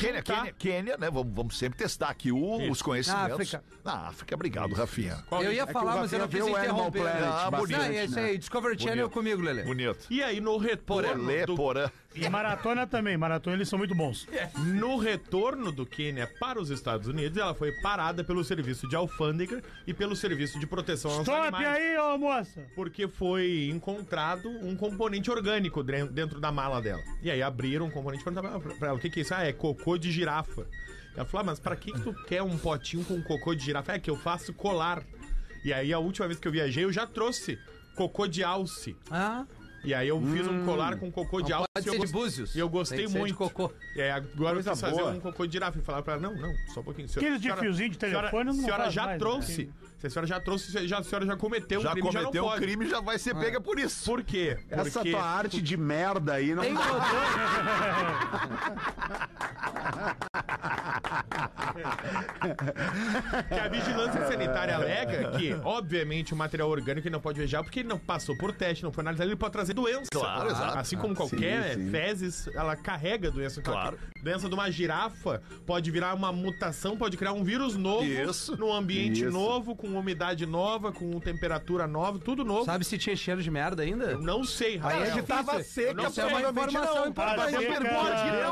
[SPEAKER 2] Quênia,
[SPEAKER 7] juntar-
[SPEAKER 2] Quênia, Quênia, né? Vamos, vamos sempre testar aqui o- os conhecimentos.
[SPEAKER 4] Na
[SPEAKER 2] Na África.
[SPEAKER 4] África.
[SPEAKER 2] obrigado, Rafinha.
[SPEAKER 7] Olha,
[SPEAKER 4] Eu ia
[SPEAKER 9] que
[SPEAKER 4] falar,
[SPEAKER 9] o
[SPEAKER 4] mas eu não
[SPEAKER 9] Rafinha
[SPEAKER 4] quis
[SPEAKER 9] vê o Animal
[SPEAKER 4] interromper.
[SPEAKER 9] Planet
[SPEAKER 4] Ah,
[SPEAKER 2] bastante,
[SPEAKER 4] Não, é isso aí. Discovery Channel
[SPEAKER 2] Bonito.
[SPEAKER 4] comigo, Lele.
[SPEAKER 2] Bonito.
[SPEAKER 7] E aí no retorno
[SPEAKER 2] Porelê,
[SPEAKER 7] do
[SPEAKER 2] porã.
[SPEAKER 6] E maratona também, maratona eles são muito bons.
[SPEAKER 7] No retorno do Quênia para os Estados Unidos, ela foi parada pelo serviço de alfândega e pelo serviço de proteção aos
[SPEAKER 6] Stop
[SPEAKER 7] animais.
[SPEAKER 6] aí, ô moça!
[SPEAKER 7] Porque foi encontrado um componente orgânico dren- dentro da mala dela. E aí abriram um componente e perguntaram pra- pra ela, o que que é isso? Ah, é cocô de girafa. Ela falou, ah, mas pra que que tu quer um potinho com cocô de girafa? É que eu faço colar. E aí a última vez que eu viajei, eu já trouxe cocô de alce.
[SPEAKER 4] Ah,
[SPEAKER 7] E aí eu fiz um colar com cocô de alce.
[SPEAKER 4] Hum. pode
[SPEAKER 7] e eu
[SPEAKER 4] ser de
[SPEAKER 7] gos-
[SPEAKER 4] búzios.
[SPEAKER 7] E eu gostei
[SPEAKER 4] Tem que ser de
[SPEAKER 7] muito.
[SPEAKER 4] cocô.
[SPEAKER 7] E aí agora
[SPEAKER 9] Coisa
[SPEAKER 7] eu quis fazer
[SPEAKER 9] boa.
[SPEAKER 7] um cocô de girafa e falar pra ela, não, não, só um pouquinho. senhora-
[SPEAKER 6] Aqueles de
[SPEAKER 7] senhora-
[SPEAKER 6] fiozinho de
[SPEAKER 7] senhora-
[SPEAKER 6] telefone não
[SPEAKER 7] senhora
[SPEAKER 6] faz
[SPEAKER 7] já
[SPEAKER 6] mais, né?
[SPEAKER 7] trouxe. Se a senhora já trouxe, se a senhora já cometeu um
[SPEAKER 2] Já
[SPEAKER 7] crime, já
[SPEAKER 2] cometeu
[SPEAKER 7] não
[SPEAKER 2] um
[SPEAKER 7] pode. É.
[SPEAKER 2] crime, já vai ser pega por isso.
[SPEAKER 7] Por quê?
[SPEAKER 9] Essa
[SPEAKER 7] Porque
[SPEAKER 9] tua arte de merda aí não
[SPEAKER 4] Tem botão.
[SPEAKER 7] que a vigilância sanitária alega que, obviamente, o material orgânico ele não pode viajar porque ele não passou por teste, não foi analisado, ele pode trazer doença.
[SPEAKER 2] Claro, exato.
[SPEAKER 7] Assim como qualquer
[SPEAKER 9] sim.
[SPEAKER 7] fezes, ela carrega doença.
[SPEAKER 2] Claro.
[SPEAKER 7] Doença de uma girafa pode virar uma mutação, pode criar um vírus novo
[SPEAKER 2] Isso.
[SPEAKER 7] num ambiente
[SPEAKER 9] Isso.
[SPEAKER 7] novo, com umidade nova, com temperatura nova, tudo novo.
[SPEAKER 4] Sabe se tinha cheiro de merda ainda?
[SPEAKER 7] Não sei,
[SPEAKER 8] Aí
[SPEAKER 7] Rafael.
[SPEAKER 8] a gente tava
[SPEAKER 7] Eu não
[SPEAKER 8] seca,
[SPEAKER 7] sei,
[SPEAKER 8] provavelmente
[SPEAKER 4] informação
[SPEAKER 8] não.
[SPEAKER 4] importante.
[SPEAKER 8] Mas
[SPEAKER 6] Seca,
[SPEAKER 7] é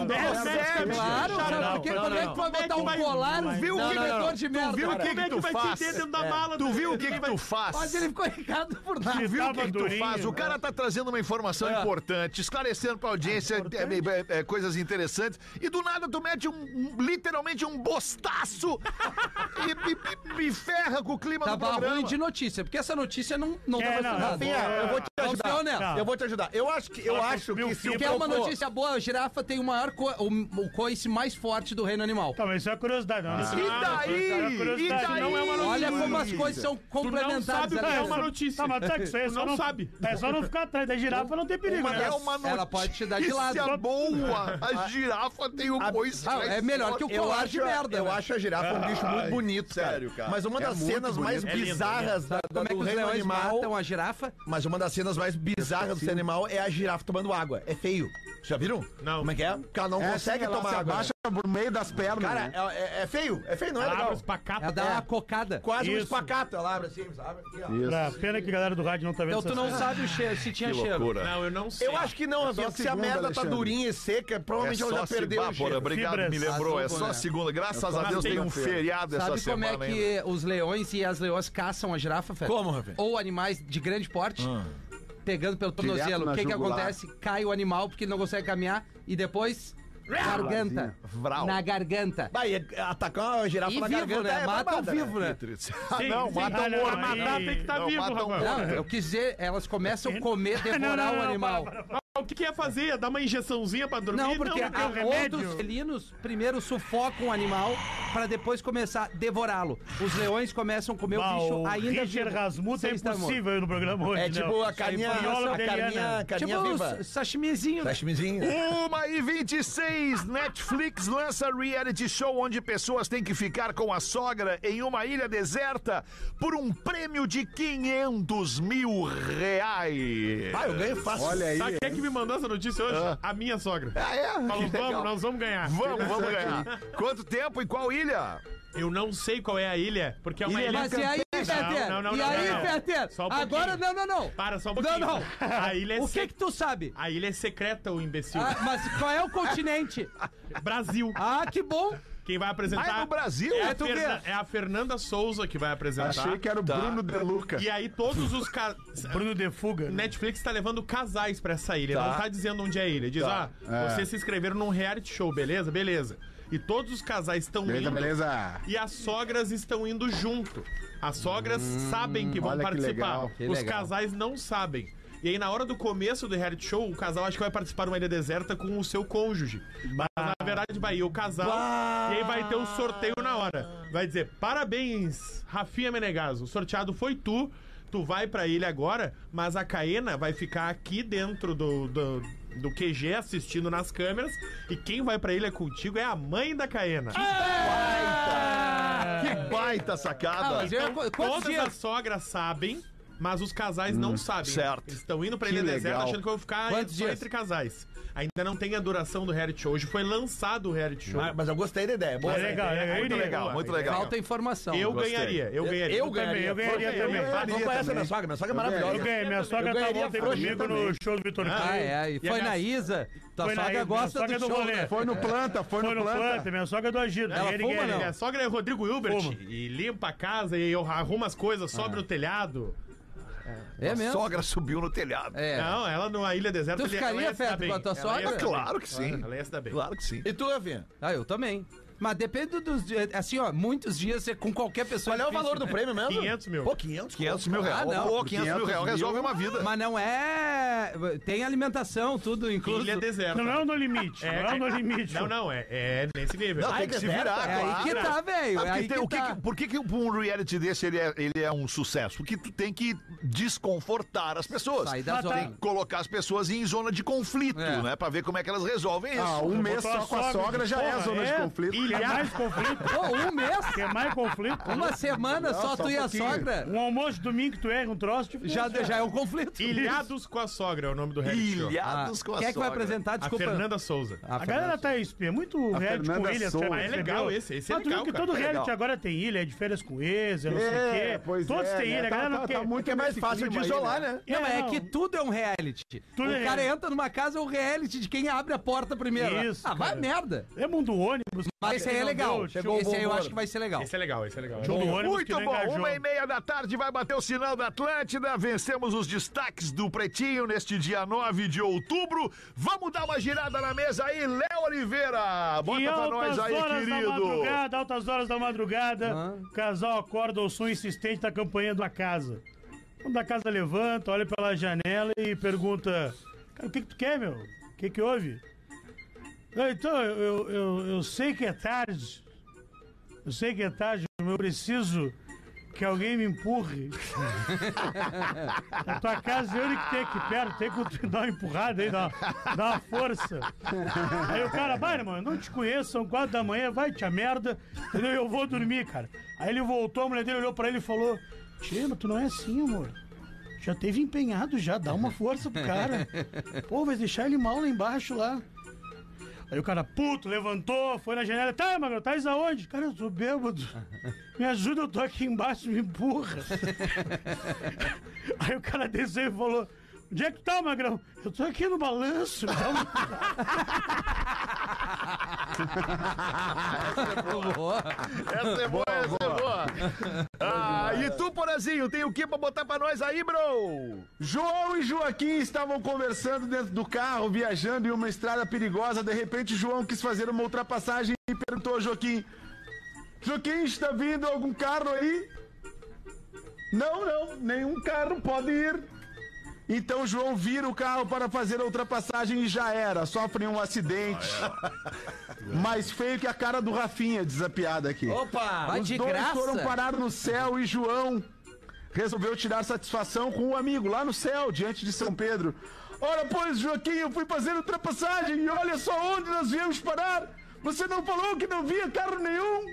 [SPEAKER 6] dez metros,
[SPEAKER 4] Claro,
[SPEAKER 6] Não,
[SPEAKER 4] sabe
[SPEAKER 6] não,
[SPEAKER 4] por quê?
[SPEAKER 6] não,
[SPEAKER 4] Como é
[SPEAKER 6] não.
[SPEAKER 4] que tu vai
[SPEAKER 7] Como é
[SPEAKER 4] botar
[SPEAKER 7] que
[SPEAKER 4] um
[SPEAKER 7] vai-
[SPEAKER 4] colar?
[SPEAKER 6] vai-
[SPEAKER 4] Viu
[SPEAKER 2] Não, não, não.
[SPEAKER 4] de merda?
[SPEAKER 2] viu o
[SPEAKER 4] cara?
[SPEAKER 2] que
[SPEAKER 7] Como é
[SPEAKER 2] que
[SPEAKER 7] que
[SPEAKER 2] tu
[SPEAKER 7] vai
[SPEAKER 2] faz?
[SPEAKER 7] se ter dentro da mala?
[SPEAKER 2] Tu viu o que,
[SPEAKER 7] Ninguém
[SPEAKER 2] que
[SPEAKER 7] vai-
[SPEAKER 2] tu faz?
[SPEAKER 4] Mas ele ficou irritado por nada.
[SPEAKER 2] Tu viu o
[SPEAKER 6] Tava
[SPEAKER 2] que, que tu
[SPEAKER 6] durinho.
[SPEAKER 2] faz?
[SPEAKER 7] né?
[SPEAKER 2] O cara tá trazendo uma informação
[SPEAKER 7] É.
[SPEAKER 2] importante, esclarecendo pra audiência é, é, é, coisas interessantes, e do nada tu mete um, um- literalmente um bostaço e me, ferra com o clima do
[SPEAKER 4] Tava
[SPEAKER 2] programa.
[SPEAKER 4] ruim Tá de notinha, porque essa notícia não, não
[SPEAKER 6] É,
[SPEAKER 4] tava
[SPEAKER 6] não,
[SPEAKER 4] errada.
[SPEAKER 6] Rafinha,
[SPEAKER 8] eu vou te
[SPEAKER 4] Vamos
[SPEAKER 8] ajudar.
[SPEAKER 4] ser honestos.
[SPEAKER 6] Tá.
[SPEAKER 8] Eu vou te ajudar. Eu acho que, eu
[SPEAKER 6] Ela
[SPEAKER 8] acho
[SPEAKER 6] cuspiu
[SPEAKER 8] que
[SPEAKER 6] o
[SPEAKER 8] se o
[SPEAKER 4] Quer uma
[SPEAKER 8] cocô-
[SPEAKER 4] notícia boa? A girafa tem o maior co- o, o coice mais forte do reino animal.
[SPEAKER 6] Tá, mas isso é uma curiosidade, não. isso
[SPEAKER 2] E
[SPEAKER 6] não é uma curiosidade, é
[SPEAKER 2] daí?
[SPEAKER 6] uma
[SPEAKER 2] E
[SPEAKER 6] curiosidade,
[SPEAKER 2] daí?
[SPEAKER 6] não é uma notícia.
[SPEAKER 4] Olha como as coisas são complementares.
[SPEAKER 7] sabe o que
[SPEAKER 4] né?
[SPEAKER 7] é uma notícia.
[SPEAKER 6] Tá, mas tá, isso aí é
[SPEAKER 7] Tu
[SPEAKER 6] só
[SPEAKER 7] não
[SPEAKER 6] não,
[SPEAKER 7] sabe.
[SPEAKER 6] É só não ficar atrás da girafa, não tem perigo,
[SPEAKER 2] Mas
[SPEAKER 6] né?
[SPEAKER 2] é uma notícia
[SPEAKER 4] Ela pode te dar de lado.
[SPEAKER 2] é boa. A girafa tem o coice.
[SPEAKER 4] Ah, é melhor que o
[SPEAKER 8] Eu
[SPEAKER 4] colar
[SPEAKER 8] acho,
[SPEAKER 4] de merda.
[SPEAKER 8] eu
[SPEAKER 4] né?
[SPEAKER 8] acho a girafa um bicho muito bonito,
[SPEAKER 2] sério,
[SPEAKER 8] cara.
[SPEAKER 2] cara.
[SPEAKER 8] Mas uma
[SPEAKER 9] É
[SPEAKER 8] das
[SPEAKER 9] muito
[SPEAKER 8] cenas mais
[SPEAKER 9] bonito.
[SPEAKER 6] É lindo,
[SPEAKER 8] bizarras da, da,
[SPEAKER 4] Como é que
[SPEAKER 8] do
[SPEAKER 4] os
[SPEAKER 8] reino
[SPEAKER 4] leões
[SPEAKER 8] animal.
[SPEAKER 4] matam a girafa?
[SPEAKER 8] Mas uma das cenas mais bizarras desse animal é a girafa tomando água. É feio. Vocês Já viram?
[SPEAKER 7] Não.
[SPEAKER 8] Como é que é? Porque ela não
[SPEAKER 9] É,
[SPEAKER 8] consegue
[SPEAKER 9] sim, ela
[SPEAKER 8] tomar
[SPEAKER 9] se
[SPEAKER 8] água. né?
[SPEAKER 9] abaixa por meio das pernas.
[SPEAKER 8] Cara,
[SPEAKER 9] né?
[SPEAKER 8] é, é- é feio. É feio, não é
[SPEAKER 7] Ela abre
[SPEAKER 8] legal.
[SPEAKER 7] os pacatos.
[SPEAKER 4] Ela dá
[SPEAKER 6] É.
[SPEAKER 4] uma cocada.
[SPEAKER 8] Quase um
[SPEAKER 6] Isso.
[SPEAKER 8] espacato. Ela abre assim, sabe? Aqui, ó.
[SPEAKER 6] Pra- É, Pena que a galera do rádio não tá vendo
[SPEAKER 4] Então tu
[SPEAKER 6] essas
[SPEAKER 4] não
[SPEAKER 6] coisas.
[SPEAKER 4] sabe o cheiro, se tinha cheiro.
[SPEAKER 7] Não, eu não sei.
[SPEAKER 8] Eu acho que não, Rafinha.
[SPEAKER 9] só
[SPEAKER 8] Se a
[SPEAKER 9] segunda,
[SPEAKER 8] merda
[SPEAKER 9] Alexandre.
[SPEAKER 8] tá durinha e seca,
[SPEAKER 2] É
[SPEAKER 8] provavelmente ela
[SPEAKER 2] só
[SPEAKER 8] já
[SPEAKER 2] se
[SPEAKER 8] perdeu o
[SPEAKER 2] Bárbara,
[SPEAKER 8] cheiro.
[SPEAKER 2] obrigado,
[SPEAKER 6] Fibras.
[SPEAKER 2] me lembrou. É
[SPEAKER 4] Azul,
[SPEAKER 2] só
[SPEAKER 4] né?
[SPEAKER 2] segunda. Graças a
[SPEAKER 7] Mas
[SPEAKER 2] Deus
[SPEAKER 7] tem
[SPEAKER 2] tem um
[SPEAKER 7] uma feira.
[SPEAKER 2] feriado essa
[SPEAKER 4] Sabe como é
[SPEAKER 2] semana
[SPEAKER 4] que
[SPEAKER 2] ainda.
[SPEAKER 4] os leões e as leoas caçam a girafa, Fê?
[SPEAKER 8] Como, Rafinha?
[SPEAKER 4] Ou animais de grande porte, pegando pelo tornozelo.
[SPEAKER 9] na
[SPEAKER 4] O que que
[SPEAKER 9] jugular.
[SPEAKER 4] acontece? Cai o animal porque ele não consegue caminhar e depois... Garganta.
[SPEAKER 2] Vral.
[SPEAKER 4] Na garganta.
[SPEAKER 8] Vai, é, atacar uma girafa
[SPEAKER 4] E
[SPEAKER 8] na
[SPEAKER 4] vivo,
[SPEAKER 8] garganta
[SPEAKER 4] né?
[SPEAKER 8] é
[SPEAKER 4] Matam
[SPEAKER 8] babada, né?
[SPEAKER 4] vivo, né?
[SPEAKER 2] Ah,
[SPEAKER 7] Sim,
[SPEAKER 2] não,
[SPEAKER 7] sim.
[SPEAKER 2] mata
[SPEAKER 6] Ah,
[SPEAKER 2] o
[SPEAKER 6] não,
[SPEAKER 2] morto.
[SPEAKER 6] aí-
[SPEAKER 7] Matar tem que estar
[SPEAKER 2] Não,
[SPEAKER 7] vivo,
[SPEAKER 2] matam
[SPEAKER 7] rapaz.
[SPEAKER 2] morto.
[SPEAKER 4] Não, eu quis dizer, elas começam a comer,
[SPEAKER 6] Não, não,
[SPEAKER 4] devorar
[SPEAKER 6] não,
[SPEAKER 4] o
[SPEAKER 6] não,
[SPEAKER 4] animal.
[SPEAKER 6] para, para, para.
[SPEAKER 7] é o que, que ia fazer? Ia dar uma injeçãozinha pra dormir?
[SPEAKER 4] Não, porque
[SPEAKER 6] tem
[SPEAKER 4] há
[SPEAKER 6] remédio.
[SPEAKER 4] outros felinos primeiro sufocam o animal pra depois começar a devorá-lo. Os leões começam a comer
[SPEAKER 6] Bah,
[SPEAKER 4] o bicho
[SPEAKER 6] o
[SPEAKER 4] ainda
[SPEAKER 6] Richard
[SPEAKER 4] vivo,
[SPEAKER 6] Rasmussen é
[SPEAKER 4] sem estar morto.
[SPEAKER 6] impossível no programa hoje,
[SPEAKER 8] É
[SPEAKER 6] né?
[SPEAKER 8] tipo a
[SPEAKER 6] Isso aí
[SPEAKER 8] carninha,
[SPEAKER 6] foi viola
[SPEAKER 8] a carninha,
[SPEAKER 6] deliana.
[SPEAKER 8] carninha
[SPEAKER 4] Tipo
[SPEAKER 8] viva.
[SPEAKER 4] um sashimizinho.
[SPEAKER 7] Tá,
[SPEAKER 4] né?
[SPEAKER 8] Sashimizinho.
[SPEAKER 10] Uma e 26, Netflix lança reality show onde pessoas têm que ficar com a sogra em uma ilha deserta por um prêmio de 500 mil reais.
[SPEAKER 8] Ah, eu ganho fácil.
[SPEAKER 9] Olha aí.
[SPEAKER 7] Sabe quem é que me mandou essa notícia hoje?
[SPEAKER 10] Ah.
[SPEAKER 7] A minha sogra.
[SPEAKER 10] Ah, é?
[SPEAKER 7] Falou,
[SPEAKER 10] Que legal.
[SPEAKER 7] vamos, nós vamos ganhar.
[SPEAKER 10] Vamos, vamos ganhar. Quanto tempo e qual ilha?
[SPEAKER 7] Eu não sei qual é a ilha, porque é uma
[SPEAKER 10] Ilha
[SPEAKER 7] ilha...
[SPEAKER 4] Mas e aí, Peter?
[SPEAKER 7] Não, não, não,
[SPEAKER 4] e
[SPEAKER 7] não,
[SPEAKER 4] aí,
[SPEAKER 7] não, não.
[SPEAKER 4] Peter?
[SPEAKER 7] Só um pouquinho.
[SPEAKER 4] Agora, não, não, não.
[SPEAKER 7] Para só um pouquinho.
[SPEAKER 4] Não, não.
[SPEAKER 7] A ilha é,
[SPEAKER 4] O que
[SPEAKER 7] sec-
[SPEAKER 4] que tu sabe?
[SPEAKER 7] A ilha é secreta, o imbecil.
[SPEAKER 4] Ah, mas qual é o continente?
[SPEAKER 7] Brasil.
[SPEAKER 4] Ah, que bom.
[SPEAKER 7] Quem vai apresentar...
[SPEAKER 10] Ah, é no Brasil?
[SPEAKER 7] É
[SPEAKER 4] É
[SPEAKER 7] a,
[SPEAKER 4] tu
[SPEAKER 7] Ferna-
[SPEAKER 4] vê.
[SPEAKER 7] é a Fernanda Souza que vai apresentar.
[SPEAKER 9] Achei que era o Bruno De Luca.
[SPEAKER 7] E aí todos os... Ca...
[SPEAKER 6] Bruno de Fuga. né?
[SPEAKER 7] Netflix tá levando casais pra essa ilha. Não tá dizendo onde é a ilha. Diz, ah,
[SPEAKER 9] É.
[SPEAKER 7] vocês se inscreveram num reality show, beleza? Beleza. E todos os casais estão
[SPEAKER 9] Beleza,
[SPEAKER 7] indo.
[SPEAKER 9] beleza.
[SPEAKER 7] E as sogras estão indo junto. As sogras sabem que vão
[SPEAKER 9] Hum, olha que
[SPEAKER 7] participar.
[SPEAKER 9] legal. Que
[SPEAKER 7] os
[SPEAKER 4] legal.
[SPEAKER 7] casais não sabem. E aí, na hora do começo do reality show, o casal acho que vai participar de uma ilha deserta com o seu cônjuge. Mas, na verdade, vai ir o casal e aí vai ter um sorteio na hora. Vai dizer, parabéns, Rafinha Menegaso, o sorteado foi tu, tu vai pra ilha agora, mas a Caena vai ficar aqui dentro do, do, do QG assistindo nas câmeras e quem vai pra ilha contigo é a mãe da Caena.
[SPEAKER 10] Que baita sacada.
[SPEAKER 4] mas eu- qu- quantos
[SPEAKER 7] Tá. Então, Todas
[SPEAKER 4] dias?
[SPEAKER 7] as sogras sabem, mas os casais não sabem.
[SPEAKER 10] certo.
[SPEAKER 7] Eles estão indo pra Ilha Deserta
[SPEAKER 9] legal.
[SPEAKER 7] achando que vão ficar
[SPEAKER 4] Quantos
[SPEAKER 7] só
[SPEAKER 4] dias?
[SPEAKER 7] entre casais. Ainda não tem a duração do reality show. Hoje foi lançado o reality show.
[SPEAKER 8] Ah, Mas, mas eu gostei da ideia. Boa
[SPEAKER 6] É
[SPEAKER 8] ideia.
[SPEAKER 6] legal, é
[SPEAKER 7] Muito
[SPEAKER 10] legal, muito legal.
[SPEAKER 4] Falta informação.
[SPEAKER 7] Eu
[SPEAKER 10] Gostei.
[SPEAKER 7] ganharia, eu ganharia.
[SPEAKER 8] Eu ganharia.
[SPEAKER 6] eu ganharia
[SPEAKER 8] Pô, eu
[SPEAKER 6] também.
[SPEAKER 8] ganharia. Ah, Vamos pra essa, minha sogra. Minha sogra é maravilhosa.
[SPEAKER 6] Eu ganhei, minha sogra tá
[SPEAKER 8] ganharia
[SPEAKER 6] ontem
[SPEAKER 8] frouxo
[SPEAKER 6] comigo no
[SPEAKER 8] também.
[SPEAKER 6] show do Vitor
[SPEAKER 4] Ah,
[SPEAKER 6] Clay.
[SPEAKER 4] é. E
[SPEAKER 6] a
[SPEAKER 4] foi
[SPEAKER 6] minha-
[SPEAKER 4] na Isa. Tua
[SPEAKER 6] foi na
[SPEAKER 4] sogra
[SPEAKER 6] Isa,
[SPEAKER 4] gosta
[SPEAKER 6] minha sogra
[SPEAKER 4] do
[SPEAKER 6] do
[SPEAKER 4] show,
[SPEAKER 6] rolê.
[SPEAKER 4] né?
[SPEAKER 9] Foi no planta, foi,
[SPEAKER 6] Foi
[SPEAKER 9] no planta.
[SPEAKER 6] minha sogra é do Agito.
[SPEAKER 4] Ela
[SPEAKER 6] Ele
[SPEAKER 4] fuma,
[SPEAKER 6] ganha,
[SPEAKER 4] não?
[SPEAKER 7] Minha sogra é Rodrigo Hilbert
[SPEAKER 6] Como?
[SPEAKER 7] e limpa a casa e eu arruma as coisas, sobe o telhado.
[SPEAKER 4] É mesmo?
[SPEAKER 2] Sogra subiu no telhado.
[SPEAKER 4] É.
[SPEAKER 7] Não, ela na Ilha Deserta
[SPEAKER 4] Tu
[SPEAKER 7] ele- ela
[SPEAKER 4] ficaria,
[SPEAKER 7] ia se dar
[SPEAKER 4] Fetter,
[SPEAKER 7] bem.
[SPEAKER 4] com a tua
[SPEAKER 7] Ela
[SPEAKER 4] sogra?
[SPEAKER 7] ia se dar
[SPEAKER 2] Claro
[SPEAKER 7] bem.
[SPEAKER 2] que sim.
[SPEAKER 7] Ela ia se dar bem.
[SPEAKER 2] Claro que sim.
[SPEAKER 8] E tu, Rafinha?
[SPEAKER 4] Ah, eu também. Mas depende dos dias. Assim, ó, muitos dias é com qualquer pessoa.
[SPEAKER 8] Qual é o
[SPEAKER 4] difícil,
[SPEAKER 8] valor do
[SPEAKER 4] né?
[SPEAKER 8] prêmio mesmo?
[SPEAKER 7] 500 mil.
[SPEAKER 8] Pô, 500?
[SPEAKER 2] 500 mil reais.
[SPEAKER 4] Ah, não.
[SPEAKER 2] Pô, 500 mil reais resolve uma vida.
[SPEAKER 4] Mas não é. Tem alimentação, tudo incluso.
[SPEAKER 7] Ilha Deserta.
[SPEAKER 6] Não, não é no limite.
[SPEAKER 7] É,
[SPEAKER 6] não é
[SPEAKER 7] é-
[SPEAKER 6] no limite.
[SPEAKER 7] Não, não, é, é nesse nível.
[SPEAKER 8] Ah,
[SPEAKER 2] Não, tem que se virar,
[SPEAKER 4] É aí
[SPEAKER 2] claro.
[SPEAKER 4] que tá, velho.
[SPEAKER 2] Ah,
[SPEAKER 4] É
[SPEAKER 2] porque
[SPEAKER 4] aí
[SPEAKER 2] tem-
[SPEAKER 4] que
[SPEAKER 2] o que
[SPEAKER 4] tá.
[SPEAKER 2] que- por que, que um reality desse ele é, ele é um sucesso? Porque tu tem que desconfortar as pessoas.
[SPEAKER 4] Sair da
[SPEAKER 6] Ah, tá.
[SPEAKER 4] zona.
[SPEAKER 2] Colocar as pessoas em zona de conflito,
[SPEAKER 4] É.
[SPEAKER 2] né? Pra ver como é que elas resolvem isso.
[SPEAKER 9] Ah, um mês
[SPEAKER 6] Botou
[SPEAKER 9] só com a sogra já é
[SPEAKER 6] porra,
[SPEAKER 9] zona de conflito.
[SPEAKER 6] Quer mais conflito?
[SPEAKER 4] Pô, um mês?
[SPEAKER 6] Quer é mais conflito?
[SPEAKER 4] Uma semana só
[SPEAKER 9] só
[SPEAKER 4] tu e a
[SPEAKER 9] um pouquinho.
[SPEAKER 4] sogra?
[SPEAKER 6] Um almoço domingo que tu erra um troço, tipo,
[SPEAKER 4] Já, já é um conflito.
[SPEAKER 7] Ilhados com a sogra é o nome do reality show.
[SPEAKER 4] Ah,
[SPEAKER 2] Ilhados com a
[SPEAKER 4] Quem é que vai
[SPEAKER 2] sogra.
[SPEAKER 4] apresentar?
[SPEAKER 7] A
[SPEAKER 4] Desculpa.
[SPEAKER 7] Fernanda Souza.
[SPEAKER 4] Ah,
[SPEAKER 6] A galera tá aí, é muito reality com
[SPEAKER 9] Fernanda
[SPEAKER 6] ilha.
[SPEAKER 9] Souza.
[SPEAKER 7] Mas é legal esse, esse é
[SPEAKER 6] Mas tu
[SPEAKER 7] legal,
[SPEAKER 6] viu que
[SPEAKER 7] cara.
[SPEAKER 6] todo
[SPEAKER 7] É
[SPEAKER 6] reality
[SPEAKER 9] legal.
[SPEAKER 6] agora tem ilha, é de férias com ex, é não sei o quê.
[SPEAKER 9] pois
[SPEAKER 6] Todos
[SPEAKER 9] é,
[SPEAKER 6] têm
[SPEAKER 9] né?
[SPEAKER 6] ilha, a
[SPEAKER 9] Tá-
[SPEAKER 6] galera não
[SPEAKER 9] tá-
[SPEAKER 6] quer.
[SPEAKER 9] tá muito
[SPEAKER 8] É mais
[SPEAKER 9] nesse
[SPEAKER 8] fácil de
[SPEAKER 9] clima aí,
[SPEAKER 8] isolar, né?
[SPEAKER 4] Não, mas é
[SPEAKER 6] não.
[SPEAKER 4] que tudo é um reality.
[SPEAKER 6] Tudo
[SPEAKER 4] o
[SPEAKER 6] é
[SPEAKER 4] cara
[SPEAKER 6] reality.
[SPEAKER 4] entra numa casa, é um reality de quem abre a porta primeiro.
[SPEAKER 6] Isso,
[SPEAKER 4] Ah, vai
[SPEAKER 6] cara.
[SPEAKER 4] merda.
[SPEAKER 6] É mundo ônibus.
[SPEAKER 4] Mas esse aí é
[SPEAKER 6] não
[SPEAKER 4] legal.
[SPEAKER 6] deu,
[SPEAKER 8] chegou
[SPEAKER 4] esse
[SPEAKER 8] o
[SPEAKER 4] aí eu
[SPEAKER 8] bom
[SPEAKER 4] acho que vai ser legal.
[SPEAKER 7] Esse é legal, esse é legal.
[SPEAKER 6] Mundo ônibus que
[SPEAKER 10] Muito
[SPEAKER 6] não
[SPEAKER 10] bom,
[SPEAKER 6] engajou.
[SPEAKER 10] uma e meia da tarde vai bater o sinal da Atlântida. Vencemos os destaques do Pretinho neste dia 9 de outubro. Vamos dar uma girada na mesa aí, Léo Oliveira. Bota
[SPEAKER 6] Em
[SPEAKER 10] pra nós
[SPEAKER 6] altas
[SPEAKER 10] aí,
[SPEAKER 6] horas da
[SPEAKER 10] querido.
[SPEAKER 6] madrugada, altas horas da madrugada, casal acorda ao som insistente da campanha da casa. O da casa levanta, olha pela janela e pergunta: Cara, o que, que tu quer, meu? O que, que houve? "Não, Então, eu, eu, eu sei que é tarde. Eu sei que é tarde, mas eu preciso que alguém me empurre. A tua casa é a única que tem aqui perto, tem que dar uma empurrada aí, dar uma, dar uma força. Aí o cara, vai, irmão, eu não te conheço, são quatro da manhã, vai, tia merda, entendeu? Eu vou dormir, cara. Aí ele voltou, a mulher dele olhou pra ele e falou: Tia, mas tu não é assim, amor. Já teve empenhado, já, dá uma força pro cara. Pô, vai deixar ele mal lá embaixo lá. Aí o cara, puto, levantou, foi na janela. Tá, Magrão, tá aonde? Cara, eu tô bêbado. Me ajuda, eu tô aqui embaixo, me empurra. Aí o cara desceu e falou: Onde é que tá, Magrão? Eu tô aqui no balanço. me dá um uma
[SPEAKER 10] Essa é boa, essa é boa. Ah, e tu, Porazinho, tem o que pra botar pra nós aí, bro?
[SPEAKER 9] João e Joaquim estavam conversando dentro do carro, viajando em uma estrada perigosa. De repente, João quis fazer uma ultrapassagem e perguntou a Joaquim: Joaquim, está vindo algum carro aí? Não, não, nenhum carro pode ir. Então João vira o carro para fazer a ultrapassagem e já era. Sofre um acidente. Mais feio que a cara do Rafinha, diz a piada aqui.
[SPEAKER 4] Opa! Vai
[SPEAKER 9] é- Os
[SPEAKER 4] de
[SPEAKER 9] dois
[SPEAKER 4] graça.
[SPEAKER 9] foram parar no céu e João resolveu tirar satisfação com um amigo lá no céu, diante de São Pedro. Ora, pois, Joaquim, eu fui fazer ultrapassagem e olha só onde nós viemos parar. Você não falou que não via carro nenhum.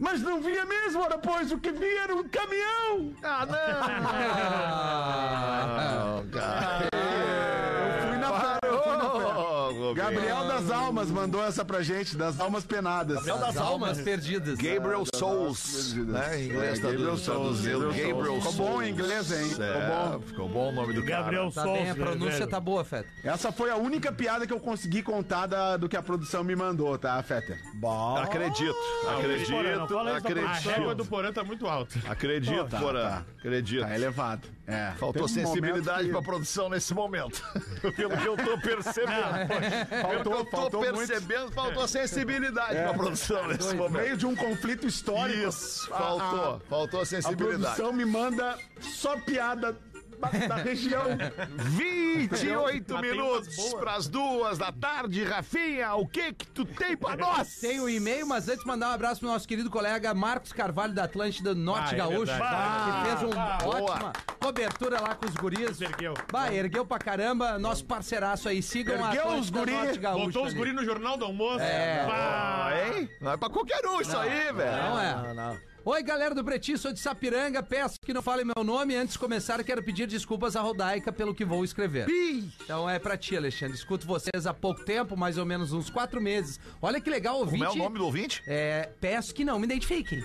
[SPEAKER 9] Mas não via mesmo, ora, pois, o que via era um caminhão. Ah, não! eu fui na praia, eu fui na praia. Gabriel das Almas mandou essa pra gente, das Almas Penadas.
[SPEAKER 4] As almas perdidas.
[SPEAKER 2] Gabriel Souls, né? Em inglês tá Gabriel traduzido. Gabriel Souls.
[SPEAKER 9] Ficou bom em inglês, hein? Ficou
[SPEAKER 2] É,
[SPEAKER 9] bom.
[SPEAKER 2] ficou bom o nome do cara.
[SPEAKER 6] Gabriel
[SPEAKER 4] Tá
[SPEAKER 6] Souza,
[SPEAKER 4] bem, a pronúncia
[SPEAKER 6] velho.
[SPEAKER 4] tá boa, Feta.
[SPEAKER 9] Essa foi a única piada que eu consegui contar da- do que a produção me mandou, tá, Fetter?
[SPEAKER 2] Acredito, acredito,
[SPEAKER 6] Porã, não fala isso da
[SPEAKER 2] acredito,
[SPEAKER 6] Porã.
[SPEAKER 7] A régua do Porã tá muito alta.
[SPEAKER 2] acredito, Porã, acredito.
[SPEAKER 9] Tá elevado. É.
[SPEAKER 2] Faltou
[SPEAKER 9] Teve um
[SPEAKER 2] sensibilidade pra
[SPEAKER 9] momento
[SPEAKER 2] produção nesse momento. Pelo que eu tô percebendo. Pelo que
[SPEAKER 9] que Faltou,
[SPEAKER 2] eu tô
[SPEAKER 9] faltou muito.
[SPEAKER 2] percebendo, faltou sensibilidade pra produção nesse
[SPEAKER 9] No
[SPEAKER 2] momento.
[SPEAKER 9] meio de um conflito histórico,
[SPEAKER 2] Isso, faltou, faltou
[SPEAKER 9] a,
[SPEAKER 2] sensibilidade.
[SPEAKER 9] produção me manda só piada da, da região.
[SPEAKER 10] 28
[SPEAKER 7] Mas tem umas
[SPEAKER 10] minutos
[SPEAKER 7] boas.
[SPEAKER 10] pras duas da tarde, Rafinha. O que que tu tem pra nós?
[SPEAKER 4] Tem o e-mail, mas antes mandar um abraço pro nosso querido colega Marcos Carvalho da Atlântida Norte
[SPEAKER 7] Ah, é
[SPEAKER 4] Gaúcho,
[SPEAKER 7] verdade.
[SPEAKER 4] bah, que fez uma
[SPEAKER 7] Ah,
[SPEAKER 4] ótima cobertura lá com os guris.
[SPEAKER 7] Ergueu.
[SPEAKER 4] Bah, ergueu pra caramba, nosso parceiraço aí. Sigam
[SPEAKER 9] Ergueu
[SPEAKER 4] a Atlântida
[SPEAKER 9] os guri,
[SPEAKER 4] Norte Gaúcho.
[SPEAKER 7] Botou os
[SPEAKER 4] ali.
[SPEAKER 7] guri no Jornal do Almoço.
[SPEAKER 4] É.
[SPEAKER 7] Pá.
[SPEAKER 2] Ah, hein? Não é pra qualquer um isso aí, velho.
[SPEAKER 4] Não é? Oi, galera do Pretinho, sou de Sapiranga. Peço que não falem meu nome. Antes de começar, quero pedir desculpas à Rodaica pelo que vou escrever. Então é pra ti, Alexandre. Escuto vocês há pouco tempo, mais ou menos uns quatro meses. Olha que legal, ouvinte.
[SPEAKER 2] Como é o nome do ouvinte?
[SPEAKER 4] É, peço que não me identifiquem.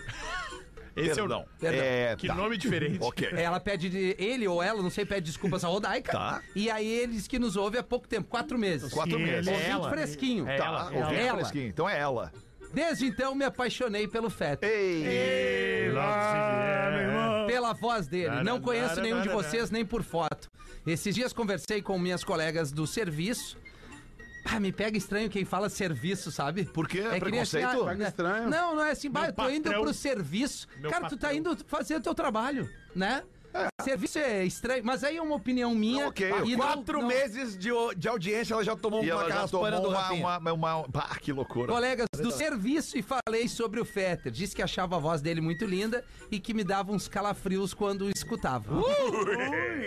[SPEAKER 7] Esse
[SPEAKER 2] Perdão.
[SPEAKER 7] é
[SPEAKER 4] Perdão.
[SPEAKER 2] É,
[SPEAKER 7] o... Que
[SPEAKER 2] tá.
[SPEAKER 7] nome diferente.
[SPEAKER 2] Ok.
[SPEAKER 4] Ela pede, de- ele ou ela, não sei, pede desculpas à Rodaica.
[SPEAKER 2] Tá.
[SPEAKER 4] E aí eles que nos ouve há pouco tempo, quatro meses.
[SPEAKER 2] Quatro
[SPEAKER 7] Sim,
[SPEAKER 2] meses.
[SPEAKER 7] ele
[SPEAKER 4] Ouvinte
[SPEAKER 7] ela.
[SPEAKER 4] fresquinho.
[SPEAKER 7] É
[SPEAKER 2] Tá,
[SPEAKER 7] ela,
[SPEAKER 2] ouvinte
[SPEAKER 4] ela.
[SPEAKER 2] fresquinho. Então é ela.
[SPEAKER 4] Desde então me apaixonei pelo Feto.
[SPEAKER 7] é.
[SPEAKER 2] Ei!
[SPEAKER 7] Ah,
[SPEAKER 4] é.
[SPEAKER 7] meu irmão.
[SPEAKER 4] Pela voz dele. Não
[SPEAKER 7] Tararara,
[SPEAKER 4] conheço nenhum de
[SPEAKER 7] tararara.
[SPEAKER 4] vocês nem por foto. Esses dias conversei com minhas colegas do serviço. Ah, me pega estranho quem fala serviço, sabe?
[SPEAKER 2] Por quê?
[SPEAKER 4] É que nem assim,
[SPEAKER 2] Preconceito?
[SPEAKER 4] ah,
[SPEAKER 9] Pega estranho.
[SPEAKER 4] Não, não é assim, bah, eu tô indo
[SPEAKER 7] patrão.
[SPEAKER 4] pro serviço.
[SPEAKER 7] Meu
[SPEAKER 4] Cara, tu tá
[SPEAKER 7] patrão.
[SPEAKER 4] indo fazer o teu trabalho, né? Serviço é estranho, mas aí é uma opinião minha.
[SPEAKER 2] Não, ok.
[SPEAKER 4] não-
[SPEAKER 8] Quatro
[SPEAKER 4] não-
[SPEAKER 8] meses de, o- de audiência, ela já tomou
[SPEAKER 2] E
[SPEAKER 8] uma
[SPEAKER 2] ela já
[SPEAKER 8] carraspana
[SPEAKER 2] tomou
[SPEAKER 8] do
[SPEAKER 2] uma, uma,
[SPEAKER 8] Rafinha.
[SPEAKER 2] uma, Bah, que loucura.
[SPEAKER 4] Colegas do serviço e falei sobre o Fetter. Disse que achava a voz dele muito linda e que me dava uns calafrios quando o escutava.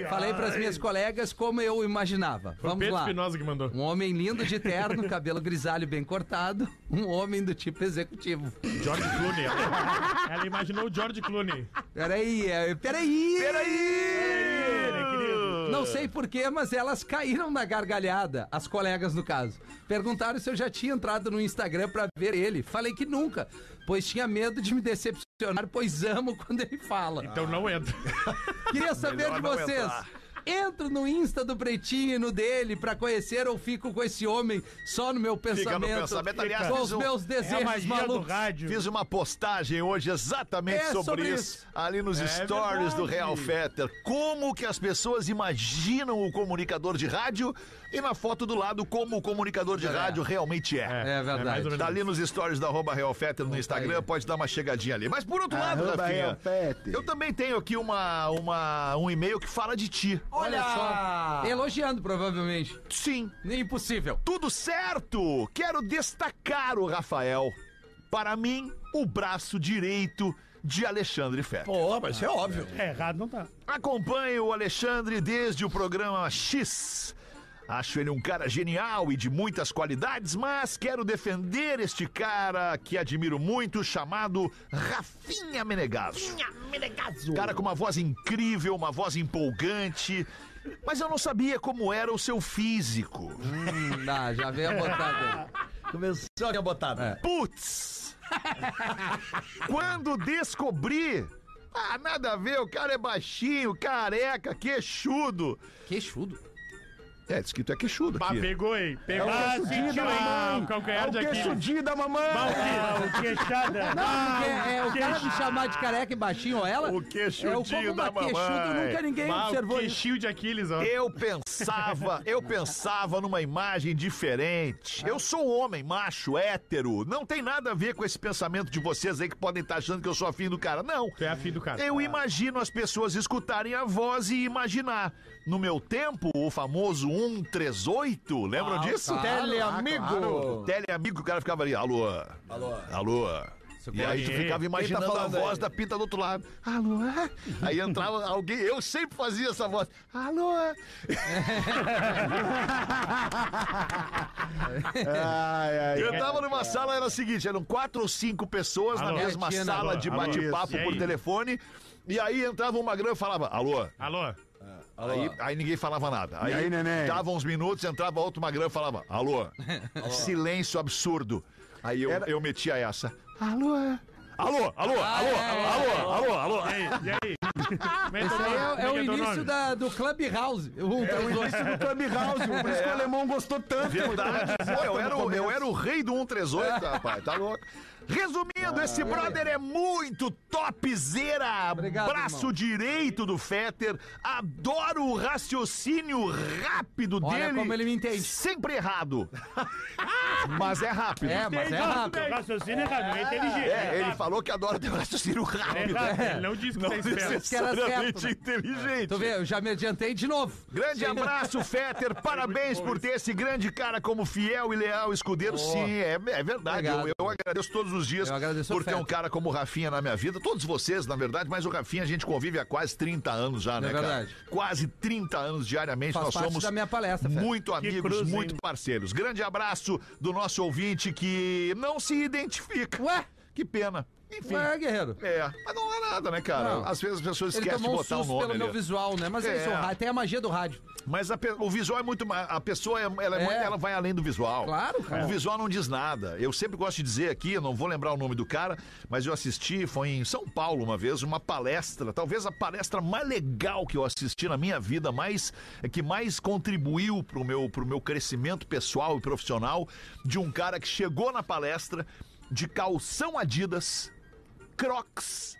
[SPEAKER 4] Falei para as minhas colegas como eu imaginava.
[SPEAKER 7] Foi o
[SPEAKER 4] Vamos
[SPEAKER 7] Pedro
[SPEAKER 4] lá.
[SPEAKER 7] Espinosa que mandou.
[SPEAKER 4] Um homem lindo de terno, cabelo grisalho bem cortado, um homem do tipo executivo.
[SPEAKER 7] George Clooney. Ela, ela imaginou o George Clooney.
[SPEAKER 4] Peraí, é, peraí!
[SPEAKER 7] Ele, querido.
[SPEAKER 4] Não sei porquê, mas elas caíram na gargalhada, as colegas no caso. Perguntaram se eu já tinha entrado no Instagram pra ver ele. Falei que nunca, pois tinha medo de me decepcionar, pois amo quando ele fala.
[SPEAKER 7] Então não entra.
[SPEAKER 4] Queria saber de
[SPEAKER 2] não
[SPEAKER 4] vocês.
[SPEAKER 2] entrar.
[SPEAKER 4] Entro no Insta do Pretinho e no dele pra conhecer ou fico com esse homem só no meu
[SPEAKER 2] Fica
[SPEAKER 4] pensamento?
[SPEAKER 2] no pensamento. Aliás,
[SPEAKER 4] com
[SPEAKER 2] fiz,
[SPEAKER 4] os
[SPEAKER 2] um-
[SPEAKER 4] meus
[SPEAKER 6] É a
[SPEAKER 4] desejos
[SPEAKER 6] magia do
[SPEAKER 4] malucos.
[SPEAKER 6] rádio.
[SPEAKER 2] fiz uma postagem hoje exatamente
[SPEAKER 4] É
[SPEAKER 2] sobre,
[SPEAKER 4] sobre
[SPEAKER 2] isso.
[SPEAKER 4] isso.
[SPEAKER 2] Ali nos stories do Real Fetter. Como que as pessoas imaginam o comunicador de rádio e na foto do lado como o comunicador de rádio realmente é.
[SPEAKER 4] É verdade.
[SPEAKER 7] mais ou menos
[SPEAKER 2] Tá ali nos stories da arroba Real Fetter no Instagram, pode dar uma chegadinha ali. Mas por outro lado,
[SPEAKER 9] Arroba
[SPEAKER 2] Rafinha,
[SPEAKER 9] Real Fetter.
[SPEAKER 2] eu também tenho aqui uma, uma, um e-mail que fala de ti.
[SPEAKER 4] Olha só. Elogiando, provavelmente.
[SPEAKER 2] Sim,
[SPEAKER 4] Impossível.
[SPEAKER 2] tudo certo! Quero destacar o Rafael. Para mim, o braço direito de Alexandre Fetter.
[SPEAKER 8] Pô, mas isso é óbvio.
[SPEAKER 6] É, errado não tá.
[SPEAKER 2] Acompanho o Alexandre desde o programa X. Acho ele um cara genial e de muitas qualidades, mas quero defender este cara que admiro muito, chamado Rafinha Menegaso. Cara com uma voz incrível, uma voz empolgante, mas eu não sabia como era o seu físico.
[SPEAKER 4] Hum, dá, já veio a botada.
[SPEAKER 8] Começou a minha botada.
[SPEAKER 2] Putz! Quando descobri. Ah, nada a ver, o cara é baixinho, careca, queixudo.
[SPEAKER 4] Queixudo.
[SPEAKER 2] É, diz que tu é queixudo
[SPEAKER 7] Ah,
[SPEAKER 2] aqui.
[SPEAKER 7] pegou, hein? Pegou, ah,
[SPEAKER 9] queixudinho
[SPEAKER 7] sentiu,
[SPEAKER 9] da
[SPEAKER 7] hein? Ah,
[SPEAKER 9] mamãe.
[SPEAKER 7] o calcanhar
[SPEAKER 9] É
[SPEAKER 7] de
[SPEAKER 9] o
[SPEAKER 7] Aquiles.
[SPEAKER 9] queixudinho da mamãe.
[SPEAKER 7] Ah, o que- o queixada.
[SPEAKER 4] Porque
[SPEAKER 7] Ah,
[SPEAKER 4] é, o cara me chamar de careca e baixinho ou ela. é
[SPEAKER 2] O queixudinho da mamãe.
[SPEAKER 4] nunca ninguém
[SPEAKER 7] ah, o
[SPEAKER 4] observou isso.
[SPEAKER 7] queixinho de Aquiles, ó.
[SPEAKER 2] Eu pensava, eu pensava numa imagem diferente. Eu sou um homem macho, hétero. Não tem nada a ver com esse pensamento de vocês aí que podem estar achando que eu sou afim do cara. Não.
[SPEAKER 7] Tu é afim do cara.
[SPEAKER 2] Eu imagino as pessoas escutarem a voz e imaginar. No meu tempo, o famoso 138,
[SPEAKER 7] Ah,
[SPEAKER 2] lembram disso? ah,
[SPEAKER 4] Teleamigo.
[SPEAKER 2] O teleamigo, o cara ficava ali, alô, alô, alô. E aí tu ficava
[SPEAKER 7] tá
[SPEAKER 2] imaginando a voz da pinta do outro lado. Alô? Aí entrava alguém, eu sempre fazia essa voz. Alô?
[SPEAKER 7] É.
[SPEAKER 9] Ai, ai.
[SPEAKER 2] Eu entrava numa sala, era o seguinte, eram quatro ou cinco pessoas
[SPEAKER 7] Alô?
[SPEAKER 2] na mesma
[SPEAKER 4] Tina,
[SPEAKER 2] sala
[SPEAKER 7] alô,
[SPEAKER 2] de
[SPEAKER 7] alô.
[SPEAKER 2] bate-papo
[SPEAKER 7] Isso, e
[SPEAKER 2] por
[SPEAKER 7] aí?
[SPEAKER 2] telefone. E aí entrava uma grande e falava, alô?
[SPEAKER 7] Alô?
[SPEAKER 2] Aí, aí ninguém falava nada. Aí,
[SPEAKER 9] aí, neném?
[SPEAKER 2] dava uns minutos, entrava outro magrão e falava: Alô? Silêncio absurdo. Aí eu, eu metia essa. Alô? Alô, alô, alô, alô, alô, alô.
[SPEAKER 7] E aí? E aí? Como é teu
[SPEAKER 4] Isso aí
[SPEAKER 7] nome?
[SPEAKER 4] é, é o
[SPEAKER 7] Como é que teu
[SPEAKER 4] início
[SPEAKER 7] nome?
[SPEAKER 4] da, do Clubhouse. Um,
[SPEAKER 9] É o
[SPEAKER 4] dois,
[SPEAKER 9] início do Clubhouse, por isso que o alemão gostou tanto.
[SPEAKER 2] Verdade. Pô, eu, era o, eu era o rei do 138, rapaz. Tá louco? Resumindo, esse brother é muito topzera.
[SPEAKER 4] Obrigado,
[SPEAKER 2] braço
[SPEAKER 4] irmão.
[SPEAKER 2] direito do Fetter. Adoro o raciocínio rápido
[SPEAKER 4] Olha
[SPEAKER 2] dele.
[SPEAKER 4] como ele me entende.
[SPEAKER 2] Sempre errado. Mas é rápido.
[SPEAKER 4] É, mas é rápido.
[SPEAKER 7] O raciocínio é rápido, é inteligente.
[SPEAKER 2] É, ele
[SPEAKER 7] rápido.
[SPEAKER 2] falou que adora ter um raciocínio
[SPEAKER 7] É
[SPEAKER 2] rápido.
[SPEAKER 7] rápido, ele não disse que você é esperto.
[SPEAKER 4] que era
[SPEAKER 2] Sinceramente
[SPEAKER 4] certo, né?
[SPEAKER 2] inteligente.
[SPEAKER 4] Tu vê, eu já me adiantei de novo.
[SPEAKER 2] Grande abraço, Fetter. Parabéns por ter esse grande cara como fiel e leal escudeiro. Sim, é, é verdade. Eu,
[SPEAKER 4] Obrigado.
[SPEAKER 2] eu agradeço todos os dias
[SPEAKER 4] Eu agradeço
[SPEAKER 2] por
[SPEAKER 4] o
[SPEAKER 2] ter um
[SPEAKER 4] Fetter.
[SPEAKER 2] cara como o Rafinha na minha vida. Todos vocês, na verdade, mas o Rafinha a gente convive há quase 30 anos já, né, cara?
[SPEAKER 4] É verdade.
[SPEAKER 2] Quase 30 anos diariamente.
[SPEAKER 4] Faz
[SPEAKER 2] Nós
[SPEAKER 4] parte
[SPEAKER 2] somos
[SPEAKER 4] da minha palestra, Fetter.
[SPEAKER 2] muito amigos,
[SPEAKER 7] cruz, hein?
[SPEAKER 2] muito parceiros. Grande abraço do nosso ouvinte que não se identifica.
[SPEAKER 4] Ué?
[SPEAKER 2] Que pena. Enfim.
[SPEAKER 4] Ué, guerreiro.
[SPEAKER 2] É, mas não é nada, né, cara?
[SPEAKER 4] Não.
[SPEAKER 2] Às vezes as pessoas
[SPEAKER 4] Ele
[SPEAKER 2] esquecem de
[SPEAKER 4] tomou um
[SPEAKER 2] botar o
[SPEAKER 4] susto
[SPEAKER 2] nome.
[SPEAKER 4] pelo meu
[SPEAKER 2] ali.
[SPEAKER 4] visual, né? Mas é, isso,
[SPEAKER 2] É.
[SPEAKER 4] o rádio- tem a magia do rádio.
[SPEAKER 2] Mas a pe- o visual é muito. ma- A pessoa é- ela, é
[SPEAKER 4] É.
[SPEAKER 2] muito- ela vai além do visual.
[SPEAKER 4] Claro, cara.
[SPEAKER 2] O visual não diz nada. Eu sempre gosto de dizer aqui, eu não vou lembrar o nome do cara, mas eu assisti, foi em São Paulo uma vez, uma palestra, talvez a palestra mais legal que eu assisti na minha vida, mais é que mais contribuiu pro meu, pro meu crescimento pessoal e profissional, de um cara que chegou na palestra de calção Adidas, Crocs,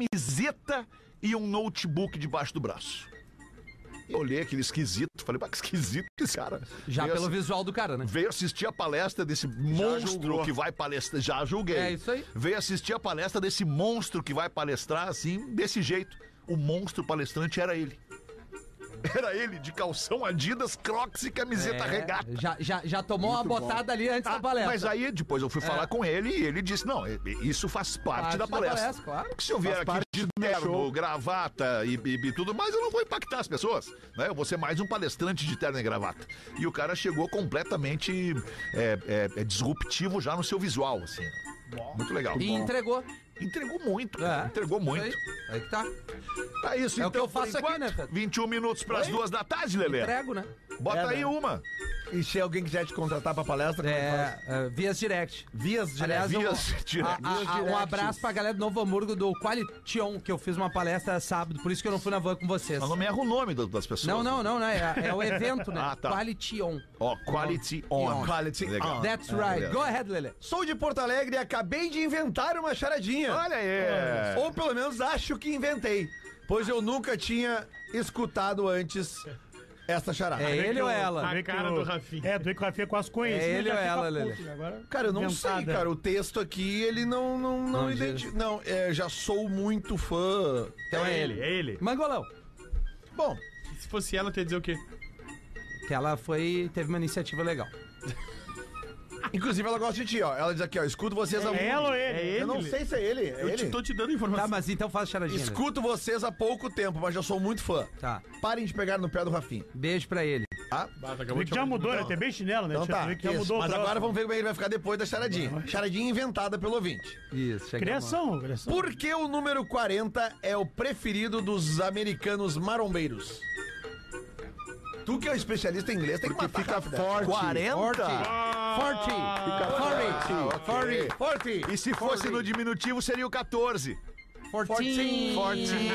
[SPEAKER 2] camiseta e um notebook debaixo do braço. Eu olhei aquele esquisito, falei, mas que esquisito esse cara.
[SPEAKER 4] Já
[SPEAKER 2] Veio
[SPEAKER 4] pelo
[SPEAKER 2] assi-
[SPEAKER 4] visual do cara, né?
[SPEAKER 2] Veio assistir a palestra desse monstro
[SPEAKER 4] julgou.
[SPEAKER 2] que vai palestrar. Já julguei.
[SPEAKER 4] É isso aí.
[SPEAKER 2] Veio assistir a palestra desse monstro que vai palestrar assim, desse jeito. O monstro palestrante era ele. Era ele, de calção Adidas, Crocs e camiseta
[SPEAKER 4] É,
[SPEAKER 2] tá regata.
[SPEAKER 4] Já, já, já tomou uma botada ali antes da
[SPEAKER 2] Ah,
[SPEAKER 4] palestra. É.
[SPEAKER 2] Mas aí depois eu fui falar com ele e ele disse: não, e- e- isso faz parte
[SPEAKER 4] Parte
[SPEAKER 2] da
[SPEAKER 4] da
[SPEAKER 2] palestra.
[SPEAKER 4] palestra, claro.
[SPEAKER 2] Porque se eu vier
[SPEAKER 9] Faz
[SPEAKER 2] aqui
[SPEAKER 9] parte
[SPEAKER 2] de
[SPEAKER 9] do meu
[SPEAKER 2] terno,
[SPEAKER 9] show.
[SPEAKER 2] gravata e, e- e tudo mais, eu não vou impactar as pessoas. Né? Eu vou ser mais um palestrante de terno e gravata. E o cara chegou completamente é, é, é disruptivo já no seu visual, assim. Muito legal.
[SPEAKER 4] E entregou.
[SPEAKER 2] Entregou muito,
[SPEAKER 4] É.
[SPEAKER 2] cara. entregou muito.
[SPEAKER 4] Isso Aí, aí que tá.
[SPEAKER 2] Tá isso,
[SPEAKER 4] É o
[SPEAKER 2] então,
[SPEAKER 4] que eu
[SPEAKER 2] por
[SPEAKER 4] faço aqui,
[SPEAKER 2] enquanto,
[SPEAKER 4] né, Fred?
[SPEAKER 2] 21 minutos para as
[SPEAKER 4] Oi?
[SPEAKER 2] duas da tarde, Lelê.
[SPEAKER 4] Entrego, né?
[SPEAKER 2] Bota
[SPEAKER 8] É,
[SPEAKER 2] aí
[SPEAKER 8] né?
[SPEAKER 2] uma.
[SPEAKER 8] E se alguém quiser te contratar pra palestra, como é que faz?
[SPEAKER 4] É, é, vias direct.
[SPEAKER 8] Vias de
[SPEAKER 4] Aliás, um,
[SPEAKER 2] Vias direct.
[SPEAKER 4] a- a- a- um abraço pra galera do Novo Hamburgo do Qualition, que eu fiz uma palestra sábado, por isso que eu não fui na van com vocês.
[SPEAKER 2] Mas não me erra o nome do- das pessoas.
[SPEAKER 4] Não, não, não, não. É, é o evento, né?
[SPEAKER 2] Ah, tá. Ah,
[SPEAKER 4] Qualition.
[SPEAKER 2] Ó, quality on.
[SPEAKER 8] Quality
[SPEAKER 2] Legal.
[SPEAKER 8] on.
[SPEAKER 4] That's right. Go ahead, Lele.
[SPEAKER 8] Sou de Porto Alegre e acabei de inventar uma charadinha. É.
[SPEAKER 2] Olha aí.
[SPEAKER 8] Ou pelo menos acho que inventei, pois eu nunca tinha escutado antes esta charada.
[SPEAKER 4] É ele ou ela?
[SPEAKER 7] A
[SPEAKER 6] Vê que
[SPEAKER 7] cara
[SPEAKER 6] o-
[SPEAKER 7] do Rafinha.
[SPEAKER 6] É, do que o Rafinha quase conhece.
[SPEAKER 4] É
[SPEAKER 6] né?
[SPEAKER 4] ele
[SPEAKER 6] Já
[SPEAKER 4] ou
[SPEAKER 6] fica
[SPEAKER 4] ela,
[SPEAKER 6] puto,
[SPEAKER 4] Lelê?
[SPEAKER 6] né? Agora,
[SPEAKER 8] Cara, eu não
[SPEAKER 6] inventada.
[SPEAKER 8] sei, cara. O texto aqui, ele não não não,
[SPEAKER 4] Não diz.
[SPEAKER 8] identi- não é, já sou muito fã.
[SPEAKER 4] Então é ele.
[SPEAKER 7] É ele.
[SPEAKER 4] Mangolão.
[SPEAKER 8] Bom,
[SPEAKER 7] Se fosse ela, eu ia dizer o quê?
[SPEAKER 4] Que ela foi. teve uma iniciativa legal.
[SPEAKER 8] inclusive ela gosta de ti, ó. Ela diz aqui, ó, escuto vocês há
[SPEAKER 6] É ela ou ele?
[SPEAKER 7] É ele?
[SPEAKER 8] Eu não sei se é ele, é
[SPEAKER 7] Eu
[SPEAKER 8] ele.
[SPEAKER 7] te, tô te dando
[SPEAKER 4] Tá,
[SPEAKER 7] informação.
[SPEAKER 4] mas então faz charadinha. Lelê.
[SPEAKER 8] Escuto vocês há pouco tempo, mas já sou muito fã.
[SPEAKER 4] Tá.
[SPEAKER 8] Parem de pegar no pé do Rafinha.
[SPEAKER 4] Beijo pra ele.
[SPEAKER 7] Bata, acabou
[SPEAKER 6] Vê
[SPEAKER 7] de
[SPEAKER 6] que já
[SPEAKER 7] chamar-
[SPEAKER 6] mudou, né? Tem bem chinelo, né?
[SPEAKER 8] Então
[SPEAKER 6] Deixa eu
[SPEAKER 8] tá,
[SPEAKER 6] ver que já
[SPEAKER 8] isso.
[SPEAKER 6] mudou o
[SPEAKER 8] mas
[SPEAKER 6] próximo.
[SPEAKER 8] agora vamos ver como é que ele vai ficar depois da charadinha. Charadinha inventada pelo ouvinte.
[SPEAKER 4] Isso, chega
[SPEAKER 6] Criação, criação.
[SPEAKER 8] Por que o número 40 é o preferido dos americanos marombeiros? Tu que é um especialista em inglês, tem que matar
[SPEAKER 9] Fica
[SPEAKER 8] rápido.
[SPEAKER 9] forte.
[SPEAKER 2] 40?
[SPEAKER 4] Forte.
[SPEAKER 2] Ah, ok.
[SPEAKER 4] Forte.
[SPEAKER 8] Forte.
[SPEAKER 2] E se fosse
[SPEAKER 8] Forte.
[SPEAKER 2] no diminutivo, seria o 14.
[SPEAKER 4] Fortinho.
[SPEAKER 8] Fortinho.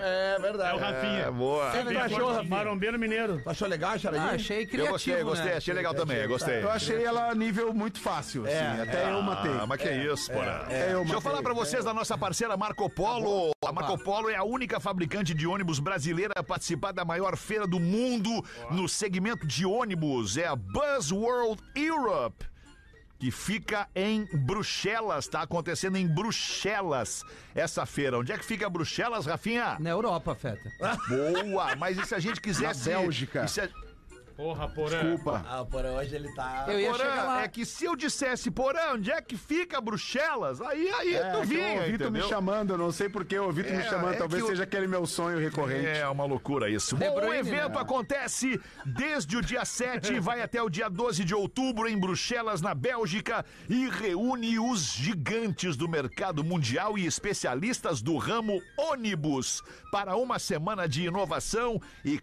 [SPEAKER 8] É
[SPEAKER 7] É o
[SPEAKER 8] verdade.
[SPEAKER 7] Rafinha.
[SPEAKER 10] boa.
[SPEAKER 8] Você não achou, Rafinha?
[SPEAKER 6] Marombeiro Mineiro.
[SPEAKER 8] Tu achou legal,
[SPEAKER 4] Ah,
[SPEAKER 8] Charadinho?
[SPEAKER 4] achei
[SPEAKER 2] Eu
[SPEAKER 4] criativo,
[SPEAKER 2] gostei, gostei,
[SPEAKER 4] né?
[SPEAKER 2] achei legal também, gostei.
[SPEAKER 9] Eu achei ela nível muito fácil, assim.
[SPEAKER 8] É,
[SPEAKER 9] até eu matei.
[SPEAKER 2] Ah, mas que isso, porra.
[SPEAKER 9] é, Tá eu
[SPEAKER 2] Deixa eu
[SPEAKER 9] matei.
[SPEAKER 2] falar pra vocês da nossa parceira Marco Polo. A Marco Polo é a única fabricante de ônibus brasileira a participar da maior feira do mundo no segmento de ônibus. É a Buzz World Europe. Que fica em Bruxelas, tá acontecendo em Bruxelas essa feira. Onde é que fica Bruxelas, Rafinha?
[SPEAKER 4] Na Europa, Feta.
[SPEAKER 8] Ah,
[SPEAKER 2] Boa! Mas e se a gente quisesse.
[SPEAKER 9] Na Bélgica.
[SPEAKER 2] e se a-
[SPEAKER 7] Porra, porra.
[SPEAKER 9] Desculpa.
[SPEAKER 8] Ah, porra, hoje ele tá...
[SPEAKER 4] Eu ia chegar
[SPEAKER 2] Porã,
[SPEAKER 4] lá.
[SPEAKER 2] é que se eu dissesse, Porã, onde é que fica Bruxelas? Aí, aí,
[SPEAKER 9] É,
[SPEAKER 2] tu
[SPEAKER 9] que eu
[SPEAKER 2] vinha,
[SPEAKER 9] ouvi tu me
[SPEAKER 2] entendeu?
[SPEAKER 9] chamando, eu não sei porquê, eu ouvi tu me
[SPEAKER 2] É,
[SPEAKER 9] chamando.
[SPEAKER 2] é
[SPEAKER 9] Talvez
[SPEAKER 2] que eu-
[SPEAKER 9] seja aquele meu sonho recorrente.
[SPEAKER 2] É uma loucura isso.
[SPEAKER 4] De
[SPEAKER 2] Bom, o
[SPEAKER 4] Bruyne,
[SPEAKER 2] evento
[SPEAKER 4] né?
[SPEAKER 2] acontece desde o dia 7 e vai até o dia 12 de outubro em Bruxelas, na Bélgica, e reúne os gigantes do mercado mundial e especialistas do ramo ônibus para uma semana de inovação e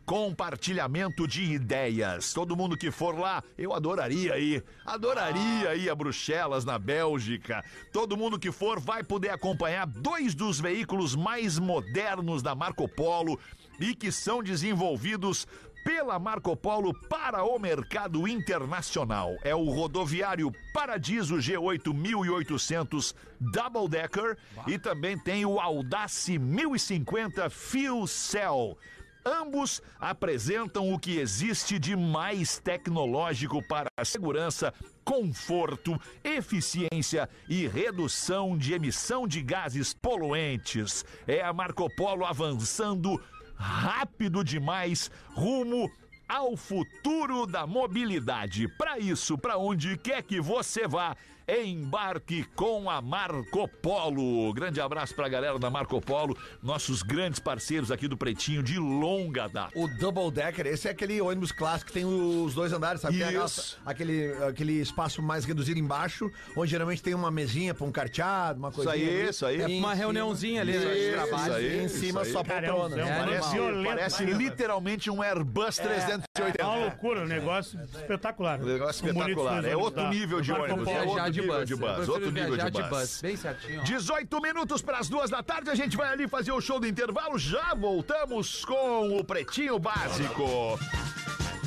[SPEAKER 2] compartilhamento de ideias. Todo mundo que for lá, eu adoraria ir.
[SPEAKER 4] Ah.
[SPEAKER 2] Adoraria ir a Bruxelas, na Bélgica. Todo mundo que for vai poder acompanhar dois dos veículos mais modernos da Marco Polo e que são desenvolvidos pela Marco Polo para o mercado internacional. É o rodoviário Paradiso G8 1800 Double Decker e também tem o Audace 1050 Fuel Cell. Ambos apresentam o que existe de mais tecnológico para a segurança, conforto, eficiência e redução de emissão de gases poluentes. É a Marco Polo avançando rápido demais rumo ao futuro da mobilidade. Para isso, para onde quer que você vá, embarque com a Marco Polo. Grande abraço para a galera da Marco Polo, nossos grandes parceiros aqui do Pretinho de longa data.
[SPEAKER 8] O Double Decker, esse é aquele ônibus clássico que tem os dois andares, sabe? Tem aquela-
[SPEAKER 2] Isso.
[SPEAKER 8] aquele, aquele espaço mais reduzido embaixo, onde geralmente tem uma mesinha pra um carteado, uma coisinha.
[SPEAKER 2] aí,
[SPEAKER 8] ali.
[SPEAKER 2] isso aí.
[SPEAKER 8] E
[SPEAKER 2] É
[SPEAKER 8] em
[SPEAKER 4] uma
[SPEAKER 8] cima-
[SPEAKER 4] reuniãozinha ali, né, de
[SPEAKER 8] Isso,
[SPEAKER 4] trabalho.
[SPEAKER 8] aí,
[SPEAKER 2] Isso
[SPEAKER 8] em cima
[SPEAKER 2] aí.
[SPEAKER 8] só
[SPEAKER 6] Cara, é um
[SPEAKER 8] poltrona.
[SPEAKER 6] zão,
[SPEAKER 4] É,
[SPEAKER 2] Parece,
[SPEAKER 4] normal.
[SPEAKER 6] violento,
[SPEAKER 2] parece
[SPEAKER 6] né?
[SPEAKER 2] literalmente um Airbus 380.
[SPEAKER 6] Uma loucura, um negócio espetacular.
[SPEAKER 2] Um negócio espetacular. É outro nível de
[SPEAKER 6] Marco
[SPEAKER 2] ônibus.
[SPEAKER 6] Polo.
[SPEAKER 2] É outro
[SPEAKER 4] Viajar de
[SPEAKER 2] nível
[SPEAKER 4] bus.
[SPEAKER 2] de
[SPEAKER 4] Eu
[SPEAKER 2] bus,
[SPEAKER 4] prefiro
[SPEAKER 2] outro nível
[SPEAKER 4] viajar
[SPEAKER 2] de
[SPEAKER 4] de
[SPEAKER 2] bus.
[SPEAKER 4] bus. Bem certinho. ó.
[SPEAKER 2] 18 minutos para as duas da tarde, a gente vai ali fazer o show do intervalo. Já voltamos com o Pretinho Básico.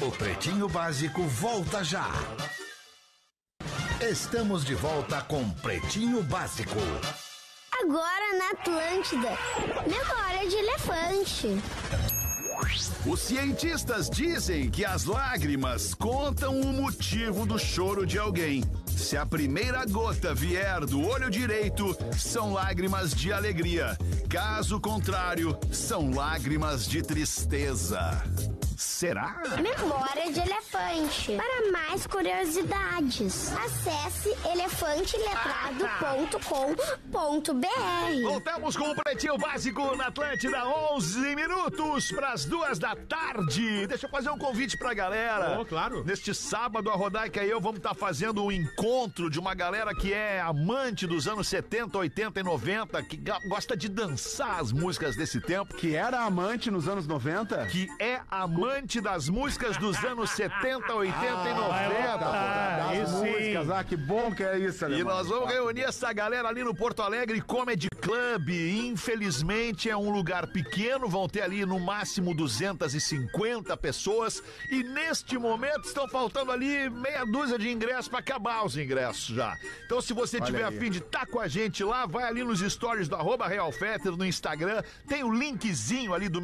[SPEAKER 1] O Pretinho Básico volta já. Estamos de volta com Pretinho Básico.
[SPEAKER 11] Agora na Atlântida. Memória de elefante.
[SPEAKER 2] Os cientistas dizem que as lágrimas contam o motivo do choro de alguém. Se a primeira gota vier do olho direito, são lágrimas de alegria. Caso contrário, são lágrimas de tristeza. Será?
[SPEAKER 11] Memória de elefante. Para mais curiosidades, acesse elefanteletrado.com.br.
[SPEAKER 2] Voltamos com o Pretinho Básico na Atlântida, 11 minutos para as duas da tarde. Deixa eu fazer um convite para a galera.
[SPEAKER 7] Oh, claro.
[SPEAKER 2] Neste sábado, a Rodaica e eu vamos estar fazendo um encontro de uma galera que é amante dos anos 70, 80 e 90, que ga- gosta de dançar as músicas desse tempo
[SPEAKER 9] Que era amante nos anos 90?
[SPEAKER 2] que é amante das músicas dos anos 70, 80 e
[SPEAKER 9] é,
[SPEAKER 2] 90.
[SPEAKER 6] Ah,
[SPEAKER 9] tá, das
[SPEAKER 6] isso
[SPEAKER 9] músicas,
[SPEAKER 6] sim.
[SPEAKER 9] ah, que bom que é isso,
[SPEAKER 2] E
[SPEAKER 9] alemão.
[SPEAKER 2] nós vamos reunir essa galera ali no Porto Alegre Comedy Club. Infelizmente é um lugar pequeno, vão ter ali no máximo 250 pessoas. E neste momento estão faltando ali meia dúzia de ingressos para acabar os ingressos já. Então, se você tiver
[SPEAKER 9] aí.
[SPEAKER 2] afim de estar Tá com a gente lá, vai ali nos stories do arroba Real Fetter no Instagram. Tem o linkzinho ali do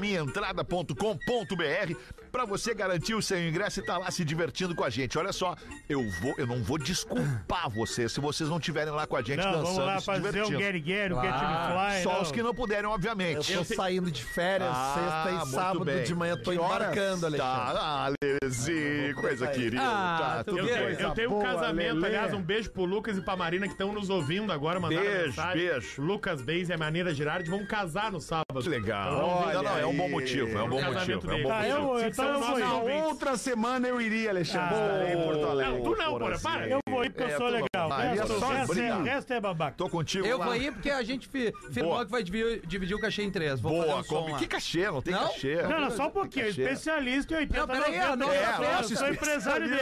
[SPEAKER 2] minhaentrada.com.br para você garantir o seu ingresso e estar lá se divertindo com a gente. Olha só, eu vou, eu não vou desculpar vocês se vocês não estiverem lá com a gente
[SPEAKER 6] Não,
[SPEAKER 2] dançando
[SPEAKER 6] vamos lá
[SPEAKER 2] e se
[SPEAKER 6] fazer um
[SPEAKER 2] divertindo.
[SPEAKER 6] guerigueiro, um get
[SPEAKER 8] Ah,
[SPEAKER 6] me fly.
[SPEAKER 2] Só os que não puderem,
[SPEAKER 8] Eu
[SPEAKER 2] obviamente.
[SPEAKER 8] tô saindo de férias,
[SPEAKER 2] Ah,
[SPEAKER 8] sexta
[SPEAKER 2] muito
[SPEAKER 8] e sábado
[SPEAKER 2] bem.
[SPEAKER 8] de manhã, tô
[SPEAKER 9] Que horas?
[SPEAKER 8] embarcando, Alexandre.
[SPEAKER 2] Tá, Alesi, coisa querida. tá, tudo
[SPEAKER 7] Eu,
[SPEAKER 2] bem.
[SPEAKER 7] tenho- eu tenho um
[SPEAKER 9] boa,
[SPEAKER 7] casamento,
[SPEAKER 9] Lelê.
[SPEAKER 7] aliás, um beijo pro Lucas e pra Marina que estão nos ouvindo agora, mandaram
[SPEAKER 2] Beijo,
[SPEAKER 7] mensagem.
[SPEAKER 2] beijo.
[SPEAKER 7] Lucas Beis e a Marina Girardi vão casar no sábado.
[SPEAKER 2] Que legal.
[SPEAKER 7] Olha
[SPEAKER 2] não, não, é um bom
[SPEAKER 9] aí.
[SPEAKER 2] motivo, é um bom
[SPEAKER 7] Casamento
[SPEAKER 2] motivo. É um
[SPEAKER 7] dele.
[SPEAKER 2] bom
[SPEAKER 6] Tá,
[SPEAKER 2] motivo.
[SPEAKER 6] eu,
[SPEAKER 7] Sim,
[SPEAKER 6] então
[SPEAKER 7] são
[SPEAKER 6] eu
[SPEAKER 7] nós
[SPEAKER 6] vou.
[SPEAKER 9] Na
[SPEAKER 7] ouvintes.
[SPEAKER 9] outra semana eu iria, Alexandre.
[SPEAKER 6] Ah,
[SPEAKER 9] estarei em Porto Alegre.
[SPEAKER 7] Não, tu não, porra, para.
[SPEAKER 6] Eu vou ir porque
[SPEAKER 2] É,
[SPEAKER 6] eu sou
[SPEAKER 2] tu não
[SPEAKER 6] legal. O
[SPEAKER 2] vai.
[SPEAKER 6] resto,
[SPEAKER 2] Olha
[SPEAKER 6] o
[SPEAKER 2] só,
[SPEAKER 6] resto é, o
[SPEAKER 2] obrigado.
[SPEAKER 6] resto é babaca.
[SPEAKER 2] Tô contigo
[SPEAKER 4] Eu
[SPEAKER 2] lá.
[SPEAKER 4] vou ir porque a gente fi- firmou
[SPEAKER 2] Boa.
[SPEAKER 4] que vai dividir, dividir o cachê em três. Vou fazer um
[SPEAKER 2] Boa,
[SPEAKER 4] som
[SPEAKER 2] como
[SPEAKER 4] lá.
[SPEAKER 2] que cachê? Não tem
[SPEAKER 4] Não?
[SPEAKER 2] cachê.
[SPEAKER 6] Não, não, só um pouquinho.
[SPEAKER 2] Cachê.
[SPEAKER 6] Especialista em
[SPEAKER 4] Não,
[SPEAKER 6] 80,
[SPEAKER 4] peraí,
[SPEAKER 6] 90,
[SPEAKER 4] a nossa
[SPEAKER 2] é,
[SPEAKER 6] eu sou-
[SPEAKER 4] festa.
[SPEAKER 6] eu sou empresário dele.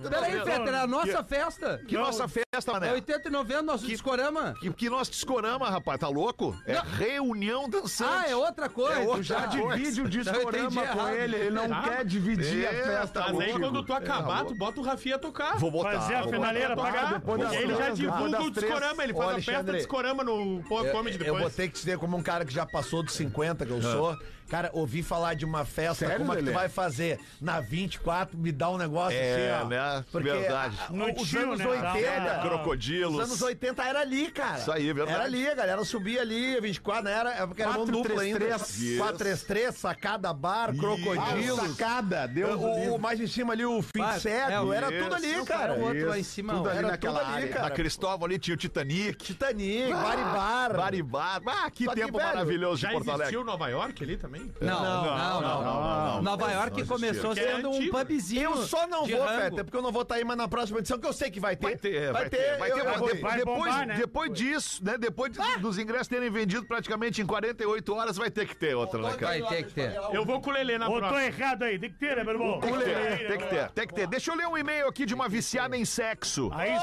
[SPEAKER 4] Peraí,
[SPEAKER 6] Não,
[SPEAKER 4] Fetter, é a
[SPEAKER 6] não.
[SPEAKER 4] nossa festa.
[SPEAKER 2] Que nossa festa,
[SPEAKER 4] É
[SPEAKER 2] mané.
[SPEAKER 4] 80 e 90, nosso discorama.
[SPEAKER 2] Que, que nosso discorama, rapaz, tá louco? É reunião dançante.
[SPEAKER 4] Ah, é outra coisa.
[SPEAKER 2] É outra Ah,
[SPEAKER 4] já
[SPEAKER 9] Já divide o
[SPEAKER 4] entendi
[SPEAKER 9] discorama com
[SPEAKER 4] errado.
[SPEAKER 9] ele, ele não
[SPEAKER 7] Tá.
[SPEAKER 9] quer dividir a
[SPEAKER 2] É, tá
[SPEAKER 9] festa
[SPEAKER 7] Mas aí
[SPEAKER 9] contigo.
[SPEAKER 7] quando tu acabar,
[SPEAKER 2] É,
[SPEAKER 7] tu bota o Rafinha tocar.
[SPEAKER 2] Vou botar.
[SPEAKER 6] Fazer a
[SPEAKER 2] vou
[SPEAKER 6] finaleira
[SPEAKER 2] botar.
[SPEAKER 6] pagar.
[SPEAKER 9] depois das
[SPEAKER 7] Ele já
[SPEAKER 9] três, depois
[SPEAKER 7] divulga
[SPEAKER 9] das
[SPEAKER 7] o
[SPEAKER 9] três.
[SPEAKER 7] discorama, ele
[SPEAKER 8] Ô,
[SPEAKER 7] faz a
[SPEAKER 8] Alexandre,
[SPEAKER 7] festa de discorama no Pô, Comedy
[SPEAKER 8] Eu vou
[SPEAKER 7] depois.
[SPEAKER 8] ter que te dizer como um cara que já passou dos 50,
[SPEAKER 2] Ah.
[SPEAKER 8] que eu sou. Cara, ouvi falar de uma festa,
[SPEAKER 9] Sério,
[SPEAKER 8] como é que tu
[SPEAKER 9] Lelê?
[SPEAKER 8] vai fazer? Na 24, me dá um negócio
[SPEAKER 2] É,
[SPEAKER 8] assim, ó.
[SPEAKER 2] né? Verdade.
[SPEAKER 8] ah,
[SPEAKER 6] No
[SPEAKER 8] os
[SPEAKER 6] tio,
[SPEAKER 8] anos
[SPEAKER 6] né?
[SPEAKER 8] 80...
[SPEAKER 6] Ah,
[SPEAKER 2] Crocodilos.
[SPEAKER 8] Os anos 80 era ali, cara.
[SPEAKER 2] é, Isso aí, é verdade.
[SPEAKER 8] Era ali, a galera subia ali, 24, né? Era, era porque era mão dupla ainda.
[SPEAKER 9] 433.
[SPEAKER 8] 433, sacada bar, crocodilo.
[SPEAKER 9] Ah, sacada, Deus do
[SPEAKER 8] o,
[SPEAKER 9] livro.
[SPEAKER 8] o mais em cima ali, o fim
[SPEAKER 4] Vai,
[SPEAKER 8] de cego.
[SPEAKER 4] é,
[SPEAKER 8] era
[SPEAKER 2] isso.
[SPEAKER 8] tudo ali, cara.
[SPEAKER 4] o outro lá em
[SPEAKER 9] Isso,
[SPEAKER 4] cima.
[SPEAKER 9] tudo
[SPEAKER 4] ó.
[SPEAKER 9] ali
[SPEAKER 8] Era tudo
[SPEAKER 9] naquela
[SPEAKER 8] ali,
[SPEAKER 9] área.
[SPEAKER 8] cara.
[SPEAKER 2] Na Cristóvão ali tinha o Titanic.
[SPEAKER 8] Titanic, Baribar.
[SPEAKER 2] Baribar. Ah, que
[SPEAKER 8] Só que,
[SPEAKER 2] tempo
[SPEAKER 8] velho,
[SPEAKER 2] maravilhoso
[SPEAKER 7] Já
[SPEAKER 2] de Porto Alegre.
[SPEAKER 7] existiu Nova York ali também?
[SPEAKER 4] Não, não, não.
[SPEAKER 2] não, não.
[SPEAKER 4] Nova York
[SPEAKER 2] Não
[SPEAKER 4] começou
[SPEAKER 7] existia.
[SPEAKER 4] sendo
[SPEAKER 7] Que é
[SPEAKER 4] um
[SPEAKER 7] antigo.
[SPEAKER 4] pubzinho.
[SPEAKER 8] Eu só não
[SPEAKER 4] de
[SPEAKER 8] vou,
[SPEAKER 4] rango.
[SPEAKER 2] é
[SPEAKER 8] Feta, porque eu não vou estar aí, mas na próxima edição, que eu sei que vai ter.
[SPEAKER 2] Vai ter, é, vai ter, vai
[SPEAKER 8] eu-
[SPEAKER 2] ter. um
[SPEAKER 8] eu
[SPEAKER 2] mas
[SPEAKER 8] vou
[SPEAKER 2] de-
[SPEAKER 8] ir.
[SPEAKER 6] Vai
[SPEAKER 2] depois
[SPEAKER 6] bombar, né?
[SPEAKER 2] depois disso, né? Depois de- dos ingressos terem vendido praticamente em 48 horas, vai ter que ter outra, né, cara?
[SPEAKER 4] Vai ter que ter.
[SPEAKER 7] Eu vou com o Lelê na
[SPEAKER 6] Botou
[SPEAKER 7] próxima.
[SPEAKER 6] errado aí. Tem que ter, né, meu irmão?
[SPEAKER 2] Tem que ter, tem que ter, tem que ter. Deixa eu ler um e-mail aqui de uma viciada em sexo.
[SPEAKER 6] Aí sim!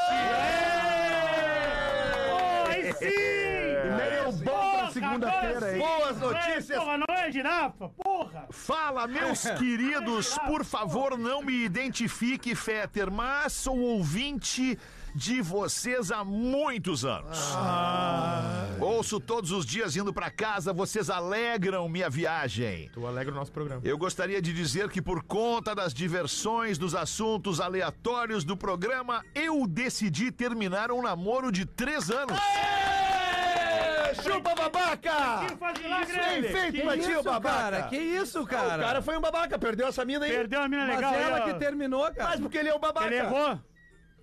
[SPEAKER 6] Aí sim!
[SPEAKER 2] é um
[SPEAKER 9] E-mail bom pra
[SPEAKER 6] Porra,
[SPEAKER 9] segunda-feira aí.
[SPEAKER 8] Boas
[SPEAKER 6] Não é,
[SPEAKER 8] notícias.
[SPEAKER 6] Porra, não é girafa, porra!
[SPEAKER 2] Fala, meus queridos, por favor, não me identifique, Fetter, mas sou ouvinte de vocês há muitos anos. Ouço todos os dias indo pra casa, vocês alegram minha viagem.
[SPEAKER 7] Tu alegra o nosso programa.
[SPEAKER 2] Eu gostaria de dizer que, por conta das diversões dos assuntos aleatórios do programa, eu decidi terminar um namoro de três anos.
[SPEAKER 8] Chupa babaca!
[SPEAKER 6] Quem faz milagre é
[SPEAKER 8] Bem
[SPEAKER 6] ele.
[SPEAKER 8] feito,
[SPEAKER 6] Quem-
[SPEAKER 8] Matinho,
[SPEAKER 4] Cara,
[SPEAKER 8] babaca!
[SPEAKER 4] que isso, cara?
[SPEAKER 8] O cara foi um babaca, perdeu essa mina aí.
[SPEAKER 6] Perdeu a mina
[SPEAKER 4] Mas
[SPEAKER 6] legal
[SPEAKER 4] ela
[SPEAKER 6] aí, ó.
[SPEAKER 4] que terminou, cara.
[SPEAKER 8] Mas porque ele é um babaca.
[SPEAKER 6] Ele errou.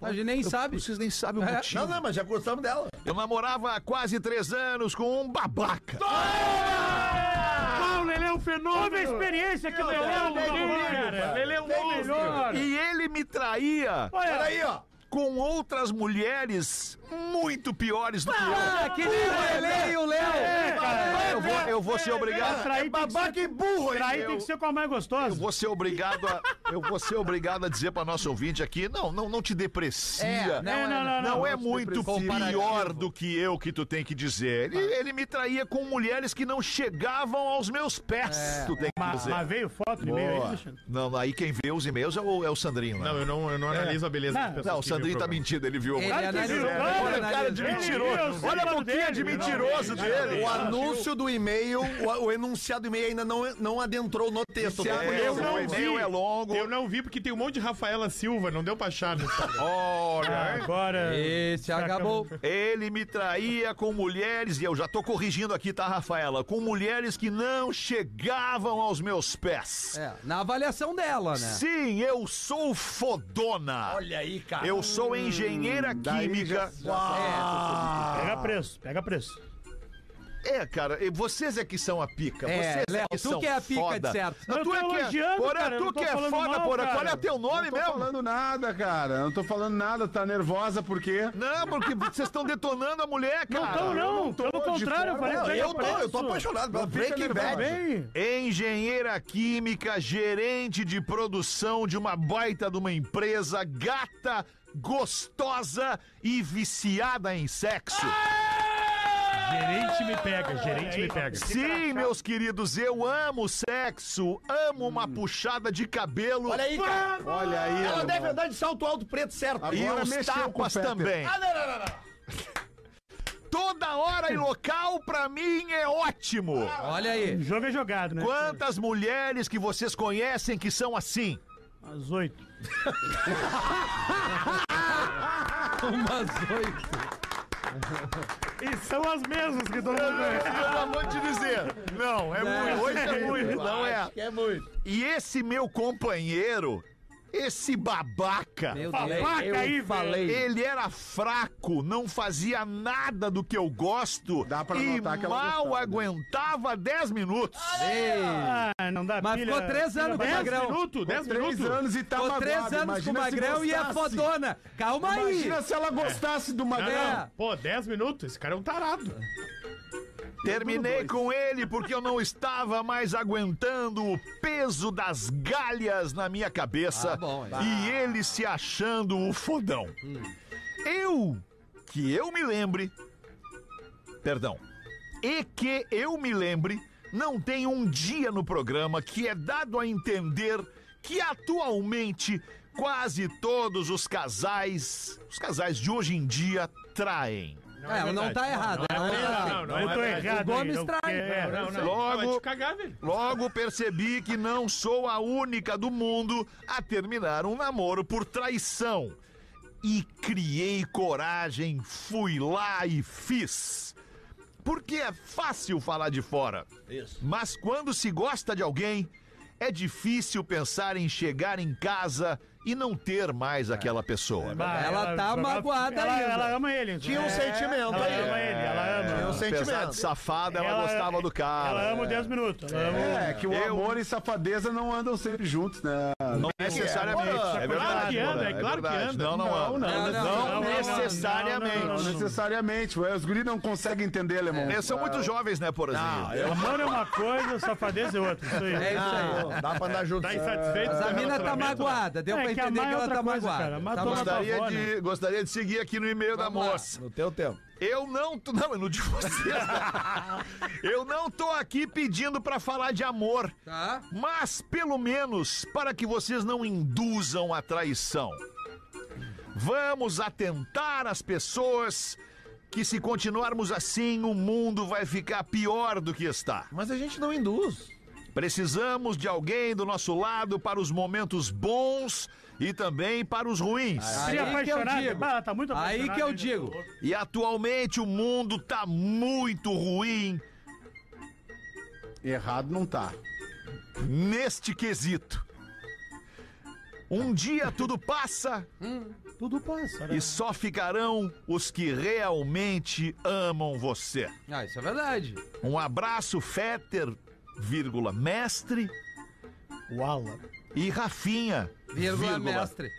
[SPEAKER 4] A gente nem sabe.
[SPEAKER 2] Vocês nem sabem o
[SPEAKER 4] É.
[SPEAKER 2] motivo.
[SPEAKER 8] Não, não, mas já gostamos dela.
[SPEAKER 2] Eu namorava há quase três anos com um babaca.
[SPEAKER 6] Ah, o Lelê é um fenômeno. Toda a experiência que o Lelê é um cara. Lelê é um melhor.
[SPEAKER 2] E ele me traía
[SPEAKER 6] Olha
[SPEAKER 8] Olha aí, ó.
[SPEAKER 2] com outras mulheres muito piores do que eu.
[SPEAKER 4] Ah, que nem o Lelê e o Léo.
[SPEAKER 2] Eu vou, eu vou ser obrigado.
[SPEAKER 6] Trair tem que ser-
[SPEAKER 8] Babaca e burro, hein?
[SPEAKER 6] trair tem que ser com a mais gostosa.
[SPEAKER 2] Eu vou ser obrigado a, eu vou ser obrigado a dizer para nosso ouvinte aqui, não, não, não te deprecia.
[SPEAKER 4] É,
[SPEAKER 6] Não, não,
[SPEAKER 2] Não
[SPEAKER 6] não. não.
[SPEAKER 2] é muito
[SPEAKER 4] Comparativo.
[SPEAKER 2] pior do que eu que tu tem que dizer. Ele, ele me traía com mulheres que não chegavam aos meus pés. Tu tem que
[SPEAKER 6] Mas,
[SPEAKER 2] dizer.
[SPEAKER 6] mas veio foto e meio aí, Alexandre.
[SPEAKER 2] É. Não, aí quem vê os e-mails é o, é o Sandrinho. né?
[SPEAKER 7] Não, eu não, eu não analiso a beleza das pessoas.
[SPEAKER 2] Não, o
[SPEAKER 7] que vêm
[SPEAKER 2] Sandrinho
[SPEAKER 7] pro
[SPEAKER 2] tá
[SPEAKER 7] programa.
[SPEAKER 2] mentindo, ele viu.
[SPEAKER 4] Ele
[SPEAKER 2] Olha
[SPEAKER 4] analisou.
[SPEAKER 2] a
[SPEAKER 4] ele
[SPEAKER 2] cara de
[SPEAKER 6] é
[SPEAKER 4] analisou.
[SPEAKER 2] mentiroso. Olha a boquinha de mentiroso dele.
[SPEAKER 8] O anúncio do e-mail, o, o enunciado do e-mail ainda não, não adentrou no texto. Eu tô
[SPEAKER 2] É,
[SPEAKER 8] curioso.
[SPEAKER 2] o
[SPEAKER 7] não
[SPEAKER 2] e-mail
[SPEAKER 7] vi.
[SPEAKER 2] é longo.
[SPEAKER 7] Eu não vi porque tem um monte de Rafaela Silva, não deu pra achar. no Instagram.
[SPEAKER 2] Olha,
[SPEAKER 6] Agora.
[SPEAKER 4] Esse acabou.
[SPEAKER 2] ele me traía com mulheres, e eu já tô corrigindo aqui, tá, Rafaela? Com mulheres que não chegavam aos meus pés.
[SPEAKER 4] É, na avaliação dela, né?
[SPEAKER 2] Sim, eu sou fodona.
[SPEAKER 8] Olha aí, cara.
[SPEAKER 2] Eu sou engenheira química.
[SPEAKER 8] é,
[SPEAKER 6] Pega preço, pega preço.
[SPEAKER 2] É, cara, e vocês é que são a pica.
[SPEAKER 4] É,
[SPEAKER 2] vocês
[SPEAKER 4] Léo,
[SPEAKER 2] é que
[SPEAKER 4] tu
[SPEAKER 2] são
[SPEAKER 4] que é a pica,
[SPEAKER 2] foda.
[SPEAKER 4] de certo.
[SPEAKER 2] Não,
[SPEAKER 6] Eu
[SPEAKER 2] tu
[SPEAKER 6] tô
[SPEAKER 2] é que é,
[SPEAKER 6] elogiando,
[SPEAKER 2] Porã,
[SPEAKER 6] cara, eu
[SPEAKER 2] tu
[SPEAKER 6] não tô
[SPEAKER 2] que é
[SPEAKER 6] falando
[SPEAKER 2] foda,
[SPEAKER 6] mal,
[SPEAKER 2] Porã.
[SPEAKER 6] cara.
[SPEAKER 2] Qual é teu nome
[SPEAKER 9] Não tô
[SPEAKER 2] mesmo?
[SPEAKER 9] falando nada, cara. Não tô falando nada, tá nervosa porque.
[SPEAKER 2] Não, porque vocês estão detonando a mulher, cara.
[SPEAKER 6] Então não, pelo contrário, eu falei, assim,
[SPEAKER 8] Não,
[SPEAKER 6] pega
[SPEAKER 8] eu tô,
[SPEAKER 6] preço.
[SPEAKER 8] eu tô apaixonado pela Breaking
[SPEAKER 6] Tá
[SPEAKER 8] Bad.
[SPEAKER 6] bem.
[SPEAKER 2] Engenheira química, gerente de produção de uma baita de uma empresa, gata, gostosa e viciada em sexo.
[SPEAKER 6] Gerente me pega, gerente me pega.
[SPEAKER 2] Sim, meus queridos, eu amo sexo, amo uma puxada de cabelo
[SPEAKER 8] Olha aí, cara.
[SPEAKER 9] Olha aí,
[SPEAKER 8] Ela
[SPEAKER 9] irmão.
[SPEAKER 8] deve andar de salto alto preto, certo?
[SPEAKER 2] e
[SPEAKER 9] Agora
[SPEAKER 2] uns
[SPEAKER 9] mexeu com o
[SPEAKER 2] tapas
[SPEAKER 9] Peter.
[SPEAKER 2] também.
[SPEAKER 8] Ah, não, não, não, não.
[SPEAKER 2] Toda hora e local pra mim é ótimo.
[SPEAKER 4] Olha aí.
[SPEAKER 6] O jogo é jogado, né?
[SPEAKER 2] Quantas mulheres que vocês conhecem que são assim?
[SPEAKER 6] Às oito.
[SPEAKER 4] Umas oito.
[SPEAKER 6] E são as mesmas que todo mundo conhece.
[SPEAKER 2] Eu vou te dizer. Não, é muito. Hoje é muito. Não é.
[SPEAKER 8] É muito.
[SPEAKER 2] E esse meu companheiro Esse babaca.
[SPEAKER 4] Meu Deus.
[SPEAKER 6] Babaca aí, velho.
[SPEAKER 2] Ele era fraco, não fazia nada do que eu gosto
[SPEAKER 9] Dá pra
[SPEAKER 2] e
[SPEAKER 9] notar que ela
[SPEAKER 2] mal
[SPEAKER 9] gostava, né?
[SPEAKER 2] aguentava 10 minutos.
[SPEAKER 6] Ah, não dá
[SPEAKER 4] Mas
[SPEAKER 6] pilha.
[SPEAKER 4] ficou três anos com o
[SPEAKER 6] 10
[SPEAKER 4] Magrão.
[SPEAKER 6] minutos, 10
[SPEAKER 9] Três
[SPEAKER 6] minutos.
[SPEAKER 9] anos e tá
[SPEAKER 4] Ficou três
[SPEAKER 9] magoado.
[SPEAKER 4] anos com o
[SPEAKER 9] Imagina se
[SPEAKER 4] Magrão e é
[SPEAKER 9] gostasse.
[SPEAKER 4] fodona. Calma aí.
[SPEAKER 9] Imagina se ela gostasse do
[SPEAKER 6] Não,
[SPEAKER 9] Magrão.
[SPEAKER 4] É.
[SPEAKER 6] não. Pô, 10 minutos? Esse cara é um tarado.
[SPEAKER 2] Terminei com ele porque eu não estava mais aguentando o peso das galhas na minha cabeça
[SPEAKER 4] Ah, Hum. bom, hein?
[SPEAKER 2] e ele se achando o fodão. Eu, que eu me lembre, perdão, e que eu me lembre, não tem um dia no programa que é dado a entender que atualmente quase todos os casais, os casais de hoje em dia, traem.
[SPEAKER 4] É, não tá errado.
[SPEAKER 7] Não,
[SPEAKER 4] é errado.
[SPEAKER 7] é verdade. não, não,
[SPEAKER 6] Eu
[SPEAKER 7] é
[SPEAKER 6] tô
[SPEAKER 7] verdade.
[SPEAKER 6] errado.
[SPEAKER 4] O
[SPEAKER 6] aí,
[SPEAKER 4] Gomes
[SPEAKER 6] não
[SPEAKER 4] trai.
[SPEAKER 6] quer-
[SPEAKER 7] Não, não,
[SPEAKER 2] Logo-
[SPEAKER 7] Vai te cagar, velho.
[SPEAKER 2] Logo percebi que não sou a única do mundo a terminar um namoro por traição. E criei coragem, fui lá e fiz. Porque é fácil falar de fora. Mas quando se gosta de alguém, é difícil pensar em chegar em casa e não ter mais aquela pessoa.
[SPEAKER 6] Bah,
[SPEAKER 4] Ela tá magoada
[SPEAKER 6] ela,
[SPEAKER 4] ainda.
[SPEAKER 6] Ela ama ele. né?
[SPEAKER 8] Tinha um sentimento
[SPEAKER 6] Ela
[SPEAKER 8] aí.
[SPEAKER 6] ama é. ele, ela ama.
[SPEAKER 8] Tinha um
[SPEAKER 2] Apesar de
[SPEAKER 8] sentimento.
[SPEAKER 2] safada, ela, gostava do cara.
[SPEAKER 6] Ela ama o 10 minutos. Ela ama
[SPEAKER 9] É, que o amor e safadeza não andam sempre juntos, né?
[SPEAKER 2] Não necessariamente.
[SPEAKER 8] Olha,
[SPEAKER 2] É
[SPEAKER 6] claro
[SPEAKER 2] verdade.
[SPEAKER 6] que anda,
[SPEAKER 2] Porã,
[SPEAKER 6] é claro que
[SPEAKER 2] verdade.
[SPEAKER 6] anda.
[SPEAKER 2] Não, não anda.
[SPEAKER 4] não, não,
[SPEAKER 2] não, necessariamente.
[SPEAKER 6] não, não, não,
[SPEAKER 9] Não
[SPEAKER 6] não.
[SPEAKER 9] necessariamente, ué, os guris não conseguem entender, alemão.
[SPEAKER 2] Eles são muito jovens, né, Porazinho?
[SPEAKER 6] Amor é uma coisa, safadeza é outra. Isso aí.
[SPEAKER 4] É isso aí.
[SPEAKER 8] Não, dá pra andar junto.
[SPEAKER 7] Tá insatisfeito?
[SPEAKER 4] Mas
[SPEAKER 7] com
[SPEAKER 4] a
[SPEAKER 7] o
[SPEAKER 4] mina tá
[SPEAKER 7] relacionamento?
[SPEAKER 4] magoada. Deu
[SPEAKER 6] É
[SPEAKER 4] pra
[SPEAKER 6] que
[SPEAKER 4] entender
[SPEAKER 6] amar
[SPEAKER 4] que
[SPEAKER 6] é
[SPEAKER 4] ela
[SPEAKER 6] outra
[SPEAKER 4] tá
[SPEAKER 6] coisa,
[SPEAKER 4] magoada.
[SPEAKER 6] cara. Mas
[SPEAKER 4] Tá
[SPEAKER 6] toma
[SPEAKER 4] magoada.
[SPEAKER 2] Gostaria,
[SPEAKER 6] Tá bom,
[SPEAKER 2] de, gostaria de seguir aqui no e-mail da
[SPEAKER 4] Vamos lá.
[SPEAKER 2] moça.
[SPEAKER 8] No teu tempo.
[SPEAKER 2] Eu não. tô- Não, é no de vocês. né? Eu não tô aqui pedindo pra falar de amor.
[SPEAKER 4] Tá?
[SPEAKER 2] Mas, pelo menos, para que vocês não induzam a traição. Vamos atentar as pessoas que, se continuarmos assim, o mundo vai ficar pior do que está.
[SPEAKER 8] Mas a gente não induz.
[SPEAKER 2] Precisamos de alguém do nosso lado para os momentos bons e também para os ruins.
[SPEAKER 8] Ah,
[SPEAKER 4] Aí
[SPEAKER 6] Ele é
[SPEAKER 4] que eu
[SPEAKER 6] apaixonado.
[SPEAKER 4] digo.
[SPEAKER 6] Bah, tá muito
[SPEAKER 4] Aí
[SPEAKER 6] apaixonado
[SPEAKER 4] que eu
[SPEAKER 6] ainda,
[SPEAKER 4] digo.
[SPEAKER 6] tá louco.
[SPEAKER 2] E atualmente o mundo tá muito ruim
[SPEAKER 9] Errado não tá.
[SPEAKER 2] neste quesito. Um dia tudo passa
[SPEAKER 6] Tudo passa, né?
[SPEAKER 2] e só ficarão os que realmente amam você.
[SPEAKER 4] Ah, isso é verdade.
[SPEAKER 2] Um abraço, Fetter, vírgula, mestre
[SPEAKER 6] Wala.
[SPEAKER 2] e Rafinha,
[SPEAKER 4] Vírgula,
[SPEAKER 2] vírgula,
[SPEAKER 4] mestre.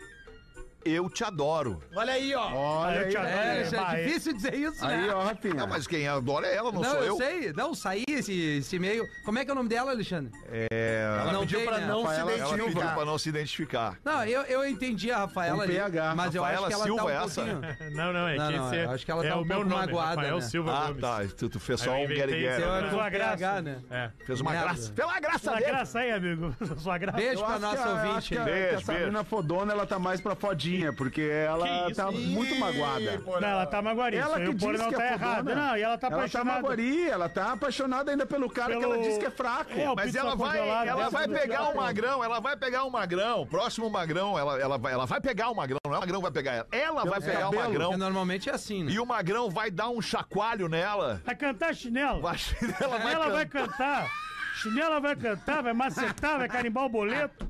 [SPEAKER 2] eu te adoro.
[SPEAKER 8] Olha aí, ó.
[SPEAKER 9] Olha aí, ó.
[SPEAKER 4] É,
[SPEAKER 6] Bah,
[SPEAKER 4] é difícil dizer isso,
[SPEAKER 9] aí,
[SPEAKER 4] né?
[SPEAKER 9] ó, Rafinha.
[SPEAKER 12] Não, mas quem adora é ela, não,
[SPEAKER 4] Não,
[SPEAKER 12] sou
[SPEAKER 4] eu,
[SPEAKER 12] eu.
[SPEAKER 4] sei. Não, saí esse, esse e-mail. Como é que é o nome dela, Alexandre? É... Não
[SPEAKER 8] Pediu
[SPEAKER 4] tem,
[SPEAKER 8] pra
[SPEAKER 4] né?
[SPEAKER 8] não se
[SPEAKER 9] Rafaela,
[SPEAKER 12] Ela pediu
[SPEAKER 8] identificar.
[SPEAKER 12] pra não se identificar.
[SPEAKER 4] Não, eu, eu entendi a Rafaela
[SPEAKER 9] Com
[SPEAKER 4] ali,
[SPEAKER 9] PH.
[SPEAKER 4] mas eu
[SPEAKER 12] Rafaela
[SPEAKER 4] acho que ela
[SPEAKER 12] Silva
[SPEAKER 4] tá um
[SPEAKER 12] é essa?
[SPEAKER 4] pouquinho...
[SPEAKER 7] Não, não, é
[SPEAKER 4] Não,
[SPEAKER 7] que
[SPEAKER 4] não,
[SPEAKER 7] esse é,
[SPEAKER 4] eu acho que ela tá
[SPEAKER 7] é
[SPEAKER 4] um
[SPEAKER 7] o meu
[SPEAKER 4] pouco
[SPEAKER 7] nome,
[SPEAKER 4] magoada,
[SPEAKER 7] Rafael
[SPEAKER 4] né?
[SPEAKER 7] Silva
[SPEAKER 12] Ah,
[SPEAKER 7] Gomes.
[SPEAKER 12] tá. Tu, tu fez só
[SPEAKER 7] Aí eu
[SPEAKER 12] um get
[SPEAKER 7] inventei então, esse
[SPEAKER 12] get.
[SPEAKER 4] Eu
[SPEAKER 7] nome.
[SPEAKER 4] acho que
[SPEAKER 6] Sua graça.
[SPEAKER 4] PH, né?
[SPEAKER 7] É.
[SPEAKER 12] Fez uma
[SPEAKER 4] Merda.
[SPEAKER 12] graça. Pela graça
[SPEAKER 6] Sua
[SPEAKER 12] dele.
[SPEAKER 6] Tá graça aí, amigo. Sua graça.
[SPEAKER 4] Beijo
[SPEAKER 9] Eu
[SPEAKER 4] pra
[SPEAKER 9] acho que
[SPEAKER 4] nossa
[SPEAKER 9] a- eu
[SPEAKER 4] ouvinte.
[SPEAKER 9] acho que, a- que
[SPEAKER 2] Beijo,
[SPEAKER 9] essa
[SPEAKER 2] beijo.
[SPEAKER 9] menina fodona, ela tá mais pra fodinha, porque ela
[SPEAKER 7] Que isso?
[SPEAKER 9] tá muito magoada.
[SPEAKER 6] Não, ela tá magoarinha.
[SPEAKER 9] Ela
[SPEAKER 6] e
[SPEAKER 9] que
[SPEAKER 6] o Porã
[SPEAKER 9] diz
[SPEAKER 6] não
[SPEAKER 9] que é
[SPEAKER 6] tá
[SPEAKER 9] fodona.
[SPEAKER 6] errado. Não, e ela tá
[SPEAKER 9] Ela tá
[SPEAKER 6] apaixonada.
[SPEAKER 9] magoaria, ela tá apaixonada ainda pelo cara que
[SPEAKER 6] Pelo-
[SPEAKER 9] ela diz que é fraco.
[SPEAKER 6] É, o
[SPEAKER 2] Mas
[SPEAKER 6] pizza
[SPEAKER 2] ela vai,
[SPEAKER 6] congelada,
[SPEAKER 2] ela
[SPEAKER 6] né?
[SPEAKER 2] vai
[SPEAKER 6] Tudo
[SPEAKER 4] é
[SPEAKER 2] pegar
[SPEAKER 6] certo.
[SPEAKER 2] o magrão, ela vai pegar o magrão, o próximo magrão, ela, ela, vai, ela vai pegar o magrão, não é o magrão que vai pegar ela, ela vai pegar o
[SPEAKER 9] cabelo.
[SPEAKER 2] magrão
[SPEAKER 4] Porque normalmente é assim, né?
[SPEAKER 2] e o magrão vai dar um chacoalho nela,
[SPEAKER 6] Vai cantar chinelo.
[SPEAKER 2] vai- ela vai,
[SPEAKER 6] Chinela
[SPEAKER 2] can-
[SPEAKER 6] vai cantar. Chinela vai cantar, vai macetar, vai carimbar o boleto.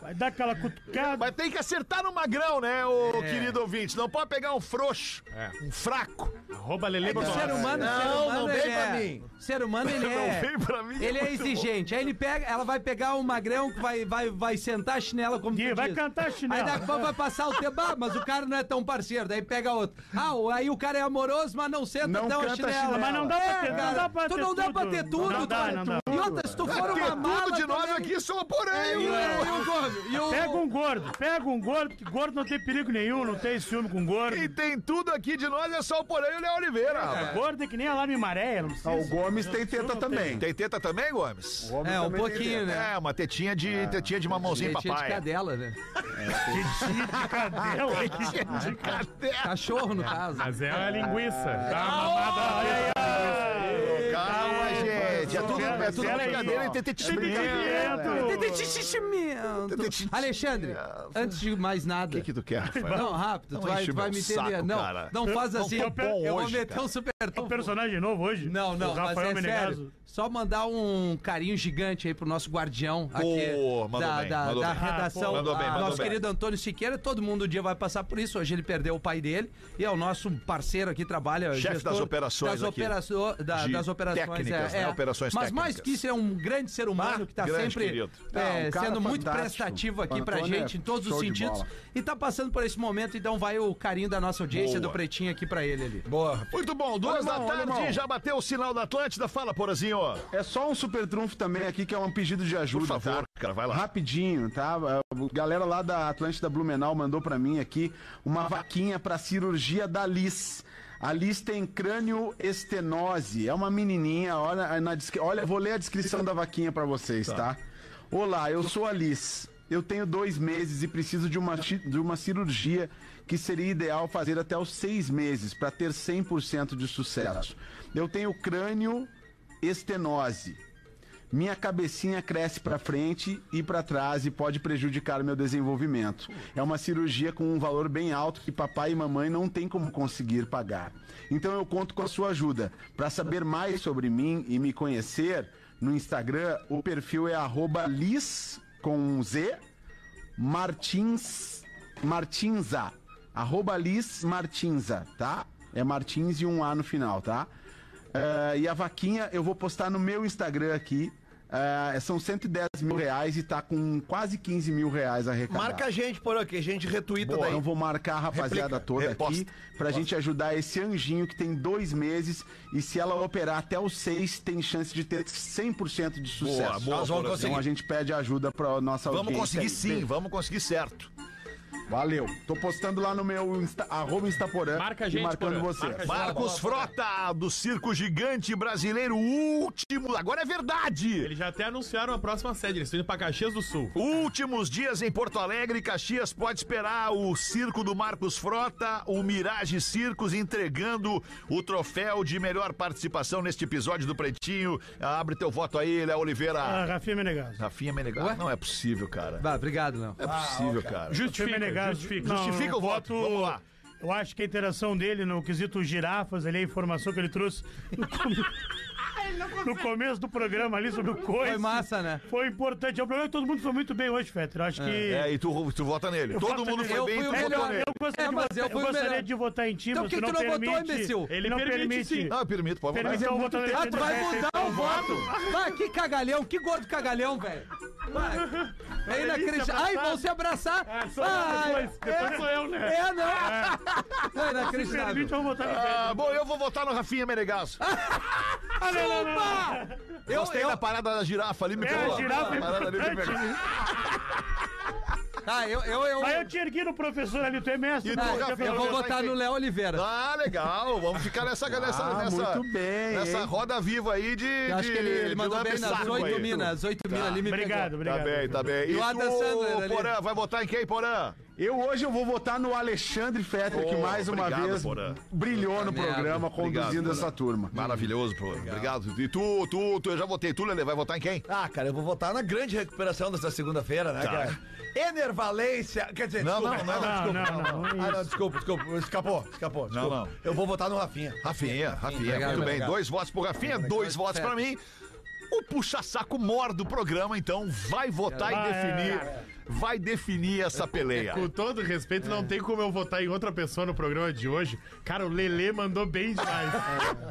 [SPEAKER 6] Vai dar aquela cutucada.
[SPEAKER 2] Mas tem que acertar no magrão, né, o
[SPEAKER 4] É.
[SPEAKER 2] querido ouvinte, não pode pegar um frouxo, um fraco.
[SPEAKER 7] Arroba
[SPEAKER 4] É
[SPEAKER 7] Lele
[SPEAKER 4] que o
[SPEAKER 7] Bortolassi.
[SPEAKER 4] ser humano, o ser
[SPEAKER 8] Não,
[SPEAKER 4] humano,
[SPEAKER 8] não vem
[SPEAKER 4] ele
[SPEAKER 8] pra
[SPEAKER 4] é...
[SPEAKER 8] mim.
[SPEAKER 4] O ser humano, ele é...
[SPEAKER 2] Não vem pra mim.
[SPEAKER 4] Ele é
[SPEAKER 2] muito bom.
[SPEAKER 4] exigente. Aí ele pega, ela vai pegar o magrão que vai, vai, vai sentar a chinela como
[SPEAKER 6] Ih,
[SPEAKER 4] tu
[SPEAKER 6] vai
[SPEAKER 4] diz.
[SPEAKER 6] cantar a
[SPEAKER 4] Aí
[SPEAKER 6] chinela.
[SPEAKER 4] daqui a pouco vai passar o tempo, ah, mas o cara não é tão parceiro, daí pega outro. Ah, o- aí o cara é amoroso, mas não senta
[SPEAKER 9] Não
[SPEAKER 4] tão a
[SPEAKER 9] canta
[SPEAKER 4] chinela.
[SPEAKER 9] chinela.
[SPEAKER 6] Mas não dá pra ter, não dá pra
[SPEAKER 4] tu
[SPEAKER 6] ter
[SPEAKER 4] não dá pra
[SPEAKER 6] tudo.
[SPEAKER 4] ter tudo,
[SPEAKER 6] Não dá,
[SPEAKER 4] cara.
[SPEAKER 6] não dá.
[SPEAKER 4] E outra, se tu for
[SPEAKER 2] Ter
[SPEAKER 4] uma mala
[SPEAKER 2] tudo de nós
[SPEAKER 4] também- É,
[SPEAKER 2] aqui né? sou porém.
[SPEAKER 4] E o, e o gordo, e o-
[SPEAKER 6] Pega um gordo, pega um gordo, que gordo não tem perigo nenhum, não tem ciúme com gordo.
[SPEAKER 2] Quem tem tudo aqui de nós é só o porém e o Léo Oliveira, rapaz.
[SPEAKER 6] Gordo é que nem alarme maré, não
[SPEAKER 9] Ah,
[SPEAKER 6] precisa.
[SPEAKER 9] o Gomes tem teta também.
[SPEAKER 2] Tem teta também, Gomes?
[SPEAKER 9] O Gomes
[SPEAKER 4] É, um
[SPEAKER 9] também tem
[SPEAKER 4] pouquinho, né?
[SPEAKER 2] É, uma tetinha de, tetinha de mamãozinho
[SPEAKER 4] Gente, é de
[SPEAKER 2] papai.
[SPEAKER 4] cadela, né?
[SPEAKER 6] Cadê o-
[SPEAKER 2] De cadela.
[SPEAKER 4] Cachorro, no caso.
[SPEAKER 2] É
[SPEAKER 7] Mas é a linguiça. Dá uma mamada. Tá Olha aí, ó.
[SPEAKER 2] Calma, gente. É tudo
[SPEAKER 6] Calma,
[SPEAKER 10] é tudo
[SPEAKER 6] Pera aí,
[SPEAKER 10] brincadeira
[SPEAKER 6] ó.
[SPEAKER 10] e
[SPEAKER 6] Entretenimento.
[SPEAKER 4] Enchimento. Alexandre, antes de mais nada.
[SPEAKER 2] O É. que, que tu quer, Rafael?
[SPEAKER 4] Não, rápido, tu vai,
[SPEAKER 2] enche
[SPEAKER 4] tu vai
[SPEAKER 2] meu
[SPEAKER 4] me entender.
[SPEAKER 2] saco,
[SPEAKER 4] não,
[SPEAKER 2] cara.
[SPEAKER 4] não faz assim.
[SPEAKER 6] tô bom
[SPEAKER 4] eu vou
[SPEAKER 2] hoje,
[SPEAKER 4] meter
[SPEAKER 2] cara.
[SPEAKER 4] um super
[SPEAKER 6] Um personagem novo hoje?
[SPEAKER 4] Não, não,
[SPEAKER 6] O
[SPEAKER 4] mas é
[SPEAKER 6] Rafael
[SPEAKER 4] sério.
[SPEAKER 6] Menegaso.
[SPEAKER 4] Só mandar um carinho gigante aí pro nosso guardião aqui
[SPEAKER 2] Pô, mandou
[SPEAKER 4] da,
[SPEAKER 2] bem,
[SPEAKER 4] da-
[SPEAKER 2] mandou
[SPEAKER 4] da
[SPEAKER 2] bem.
[SPEAKER 4] redação.
[SPEAKER 2] Ah, mandou bem,
[SPEAKER 4] Ah,
[SPEAKER 2] mandou
[SPEAKER 4] nosso
[SPEAKER 2] bem.
[SPEAKER 4] querido Antônio Siqueira, todo mundo um dia vai passar por isso. Hoje ele perdeu o pai dele e é o nosso parceiro aqui, trabalha.
[SPEAKER 2] Chefe
[SPEAKER 4] gestor
[SPEAKER 2] das operações
[SPEAKER 4] Das,
[SPEAKER 2] aqui.
[SPEAKER 4] operaço- da-
[SPEAKER 2] De
[SPEAKER 4] das operações.
[SPEAKER 2] técnicas,
[SPEAKER 4] é,
[SPEAKER 2] né?
[SPEAKER 4] é.
[SPEAKER 2] Operações
[SPEAKER 4] Mas mais
[SPEAKER 2] técnicas.
[SPEAKER 4] que isso, ele é um grande ser humano
[SPEAKER 2] Ah,
[SPEAKER 4] que tá
[SPEAKER 2] grande
[SPEAKER 4] sempre
[SPEAKER 2] querido.
[SPEAKER 4] é,
[SPEAKER 9] Ah, um cara
[SPEAKER 4] sendo muito
[SPEAKER 9] fantástico.
[SPEAKER 4] prestativo aqui pra
[SPEAKER 9] Antônio é
[SPEAKER 4] gente, em todos os
[SPEAKER 9] show de
[SPEAKER 4] sentidos.
[SPEAKER 9] bola.
[SPEAKER 4] E tá passando por esse momento, então vai o carinho da nossa audiência,
[SPEAKER 2] Boa.
[SPEAKER 4] do Pretinho aqui pra ele ali.
[SPEAKER 8] Boa.
[SPEAKER 2] Muito bom, duas da
[SPEAKER 9] Alemão,
[SPEAKER 2] tarde,
[SPEAKER 9] alemão.
[SPEAKER 2] já bateu o sinal da Atlântida. Fala, Porazinho.
[SPEAKER 9] É só um super trunfo também aqui, que é um pedido de ajuda,
[SPEAKER 2] Por favor,
[SPEAKER 9] tá?
[SPEAKER 2] cara, vai lá.
[SPEAKER 9] Rapidinho, tá? A galera lá da Atlântida Blumenau mandou pra mim aqui uma vaquinha pra cirurgia da Liz. A Liz tem crânio estenose. É uma menininha. Olha, na descri- olha, eu vou ler a descrição da vaquinha pra vocês, tá? Olá, eu sou a Liz. Eu tenho dois meses e preciso de uma, chi- de uma cirurgia que seria ideal fazer até os seis meses pra ter 100% de sucesso. Eu tenho crânio estenose. Minha cabecinha cresce pra frente e pra trás e pode prejudicar meu desenvolvimento. É uma cirurgia com um valor bem alto que papai e mamãe não têm como conseguir pagar. Então eu conto com a sua ajuda. Pra saber mais sobre mim e me conhecer, no Instagram o perfil é arroba lis com um z martins martinza arroba lis martinza, tá? É martins e um a no final, tá? É, e a vaquinha eu vou postar no meu Instagram aqui. É, são 110 mil reais e tá com quase 15 mil reais arrecadado.
[SPEAKER 8] Marca a gente, por aqui, a gente retuita
[SPEAKER 9] Boa,
[SPEAKER 8] daí.
[SPEAKER 9] eu vou marcar a rapaziada
[SPEAKER 2] Replica,
[SPEAKER 9] toda
[SPEAKER 2] reposta,
[SPEAKER 9] aqui pra gente ajudar esse anjinho que tem dois meses e se ela operar até os seis, tem chance de ter 100% de sucesso.
[SPEAKER 2] boa,
[SPEAKER 8] Nós vamos
[SPEAKER 2] Porã.
[SPEAKER 8] conseguir.
[SPEAKER 9] Então a gente pede ajuda pra nossa
[SPEAKER 2] Vamos
[SPEAKER 9] audiência
[SPEAKER 2] conseguir
[SPEAKER 9] aí.
[SPEAKER 2] sim, vamos conseguir certo.
[SPEAKER 9] Valeu. Tô postando lá no meu Insta, arroba Instaporã
[SPEAKER 7] Marca a
[SPEAKER 9] e
[SPEAKER 7] gente,
[SPEAKER 9] marcando
[SPEAKER 7] Porã.
[SPEAKER 9] você.
[SPEAKER 7] Marca a gente.
[SPEAKER 2] Marcos Frota, do Circo Gigante Brasileiro, último. Agora é verdade!
[SPEAKER 7] Eles já até anunciaram a próxima sede, eles estão indo pra Caxias do Sul.
[SPEAKER 2] Últimos dias em Porto Alegre, Caxias pode esperar o circo do Marcos Frota, o Mirage Circos, entregando o troféu de melhor participação neste episódio do Pretinho. Abre teu voto aí, Léo
[SPEAKER 6] Ah,
[SPEAKER 2] Oliveira.
[SPEAKER 6] Rafinha Menegaso.
[SPEAKER 2] Rafinha Menegal. Não é possível, cara.
[SPEAKER 4] Bah, obrigado, Léo.
[SPEAKER 2] Não é possível, cara.
[SPEAKER 6] Rafinha Menegaso.
[SPEAKER 7] justifica.
[SPEAKER 6] Não,
[SPEAKER 2] Justifica o voto. Vamos lá.
[SPEAKER 6] Eu acho que a interação dele no quesito girafas, ali, a informação que ele trouxe no, come- no começo do programa ali sobre o coice.
[SPEAKER 4] Foi massa, né?
[SPEAKER 6] Foi importante. O problema é que todo mundo foi muito bem hoje, Fetter. Eu Acho que.
[SPEAKER 2] É, e tu, tu vota nele. Todo
[SPEAKER 6] voto
[SPEAKER 2] mundo
[SPEAKER 6] nele.
[SPEAKER 2] foi
[SPEAKER 4] Eu
[SPEAKER 2] bem,
[SPEAKER 4] fui
[SPEAKER 2] tu
[SPEAKER 4] o
[SPEAKER 2] votou
[SPEAKER 4] melhor.
[SPEAKER 2] nele.
[SPEAKER 6] Eu gostaria,
[SPEAKER 4] É,
[SPEAKER 6] de,
[SPEAKER 4] mas
[SPEAKER 6] votar,
[SPEAKER 4] eu
[SPEAKER 6] eu
[SPEAKER 4] fui o
[SPEAKER 6] gostaria
[SPEAKER 4] melhor.
[SPEAKER 6] de votar em ti,
[SPEAKER 4] Então
[SPEAKER 6] mas
[SPEAKER 4] por que
[SPEAKER 6] tu não,
[SPEAKER 4] que tu não votou,
[SPEAKER 6] permite,
[SPEAKER 4] imbecil?
[SPEAKER 6] Ele
[SPEAKER 7] Não
[SPEAKER 6] permite,
[SPEAKER 7] permite, sim.
[SPEAKER 2] Não, eu permito, pode votar.
[SPEAKER 6] Permite, eu vou
[SPEAKER 4] Ah, tu vai mudar o voto! Ah, que cagalhão, que gordo cagalhão, velho! Vai. É inacreditável! Ai, vão se abraçar!
[SPEAKER 6] Ah, sou eu
[SPEAKER 4] Vai.
[SPEAKER 6] depois. Depois
[SPEAKER 4] É.
[SPEAKER 6] sou eu, né?
[SPEAKER 4] É, não! Não, é
[SPEAKER 6] Se permite,
[SPEAKER 4] inacreditável!
[SPEAKER 6] eu vou votar no Fetter.
[SPEAKER 2] Ah, bom, eu vou votar no Rafinha Menegasso.
[SPEAKER 4] Chupa! Eu,
[SPEAKER 2] Gostei da
[SPEAKER 4] eu,
[SPEAKER 2] parada da girafa ali, me
[SPEAKER 6] É,
[SPEAKER 2] pegou.
[SPEAKER 6] a girafa é
[SPEAKER 2] A parada ali me
[SPEAKER 6] importante.
[SPEAKER 2] pegou.
[SPEAKER 6] né?
[SPEAKER 4] ah, eu, eu, eu,
[SPEAKER 6] Aí eu te ergui no professor ali, tu é mestre.
[SPEAKER 2] E
[SPEAKER 6] né?
[SPEAKER 2] tu,
[SPEAKER 4] ah,
[SPEAKER 2] Rafinha,
[SPEAKER 4] eu vou
[SPEAKER 2] eu já
[SPEAKER 4] votar
[SPEAKER 2] sei.
[SPEAKER 4] no Léo Oliveira.
[SPEAKER 2] Ah, legal. Vamos ficar nessa nessa,
[SPEAKER 9] Ah,
[SPEAKER 2] nessa,
[SPEAKER 9] muito bem,
[SPEAKER 2] nessa
[SPEAKER 9] hein?
[SPEAKER 2] roda viva aí de.
[SPEAKER 4] Eu acho
[SPEAKER 2] de-
[SPEAKER 4] que ele, ele
[SPEAKER 2] de
[SPEAKER 4] mandou bem nas
[SPEAKER 2] lambe-saco
[SPEAKER 4] 8
[SPEAKER 2] aí.
[SPEAKER 4] minas, as 8 minas ali me
[SPEAKER 6] Obrigado,
[SPEAKER 4] pegou.
[SPEAKER 2] Tá
[SPEAKER 6] obrigado.
[SPEAKER 2] bem, tá bem. E
[SPEAKER 4] o Adam Sandler
[SPEAKER 2] tu,
[SPEAKER 4] ali.
[SPEAKER 2] Porã, vai votar em quem, Porã?
[SPEAKER 9] Eu hoje eu vou votar no Alexandre Fetter, que
[SPEAKER 2] Oh,
[SPEAKER 9] mais uma
[SPEAKER 2] obrigado,
[SPEAKER 9] vez
[SPEAKER 2] Porã.
[SPEAKER 9] brilhou no
[SPEAKER 4] Merda.
[SPEAKER 9] programa conduzindo
[SPEAKER 2] Obrigado,
[SPEAKER 9] essa turma.
[SPEAKER 2] Maravilhoso, Porã. Obrigado. E tu, tu, tu, eu já votei. Tu, Lele, vai votar em quem?
[SPEAKER 8] Ah, cara, eu vou votar na grande recuperação dessa segunda-feira, né,
[SPEAKER 2] Tá.
[SPEAKER 8] cara? Enervalência. Quer dizer,
[SPEAKER 2] Não, é
[SPEAKER 8] desculpa,
[SPEAKER 2] não, não,
[SPEAKER 8] desculpa.
[SPEAKER 6] não, não, não é
[SPEAKER 8] Ah, não, desculpa, desculpa. Escapou, escapou.
[SPEAKER 2] Não,
[SPEAKER 8] desculpa.
[SPEAKER 2] não.
[SPEAKER 8] Eu vou votar no Rafinha.
[SPEAKER 2] Rafinha, Rafinha.
[SPEAKER 4] Obrigado,
[SPEAKER 2] muito bem.
[SPEAKER 4] obrigado.
[SPEAKER 2] Dois votos pro Rafinha, dois votos pra mim. O puxa-saco mor do programa, então, vai votar e
[SPEAKER 6] Ah, é,
[SPEAKER 2] definir. Vai definir essa peleia.
[SPEAKER 7] Com todo respeito,
[SPEAKER 4] É.
[SPEAKER 7] não tem como eu votar em outra pessoa no programa de hoje. Cara, o Lelê mandou bem demais.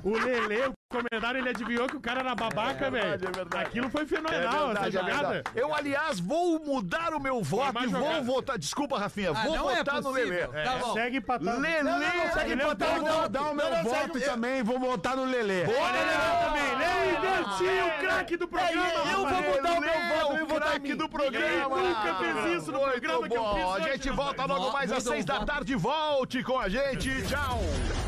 [SPEAKER 7] O Lelê, o comentário, ele adivinhou que o cara era
[SPEAKER 4] É
[SPEAKER 7] babaca, velho. Aquilo foi fenomenal, essa jogada.
[SPEAKER 2] Eu, aliás, vou mudar o meu voto e
[SPEAKER 7] mais
[SPEAKER 2] vou
[SPEAKER 7] jogada.
[SPEAKER 2] votar. Desculpa, Rafinha,
[SPEAKER 4] Ah,
[SPEAKER 2] vou
[SPEAKER 4] não é
[SPEAKER 2] votar no Lelê.
[SPEAKER 4] possível. Tá bom.
[SPEAKER 6] Segue pra trás.
[SPEAKER 2] Lelê,
[SPEAKER 6] segue
[SPEAKER 2] Lelê,
[SPEAKER 6] pra trás,
[SPEAKER 2] Lelê.
[SPEAKER 9] Eu vou dar um, o meu
[SPEAKER 8] não,
[SPEAKER 9] voto
[SPEAKER 8] segue-
[SPEAKER 9] também, vou votar no Lelê.
[SPEAKER 6] Lelê, invertiu o craque do programa. rapaz.
[SPEAKER 2] mudar o meu voto e votar aqui do programa.
[SPEAKER 6] Ninguém nunca fez isso no
[SPEAKER 2] Muito
[SPEAKER 6] programa que eu
[SPEAKER 2] bom.
[SPEAKER 6] fiz
[SPEAKER 2] A
[SPEAKER 6] hoje,
[SPEAKER 2] gente
[SPEAKER 6] né,
[SPEAKER 2] volta
[SPEAKER 6] velho?
[SPEAKER 2] logo
[SPEAKER 4] Vo-
[SPEAKER 2] mais às
[SPEAKER 4] muda o
[SPEAKER 2] seis da
[SPEAKER 4] voto.
[SPEAKER 2] tarde. Volte com a gente. Tchau.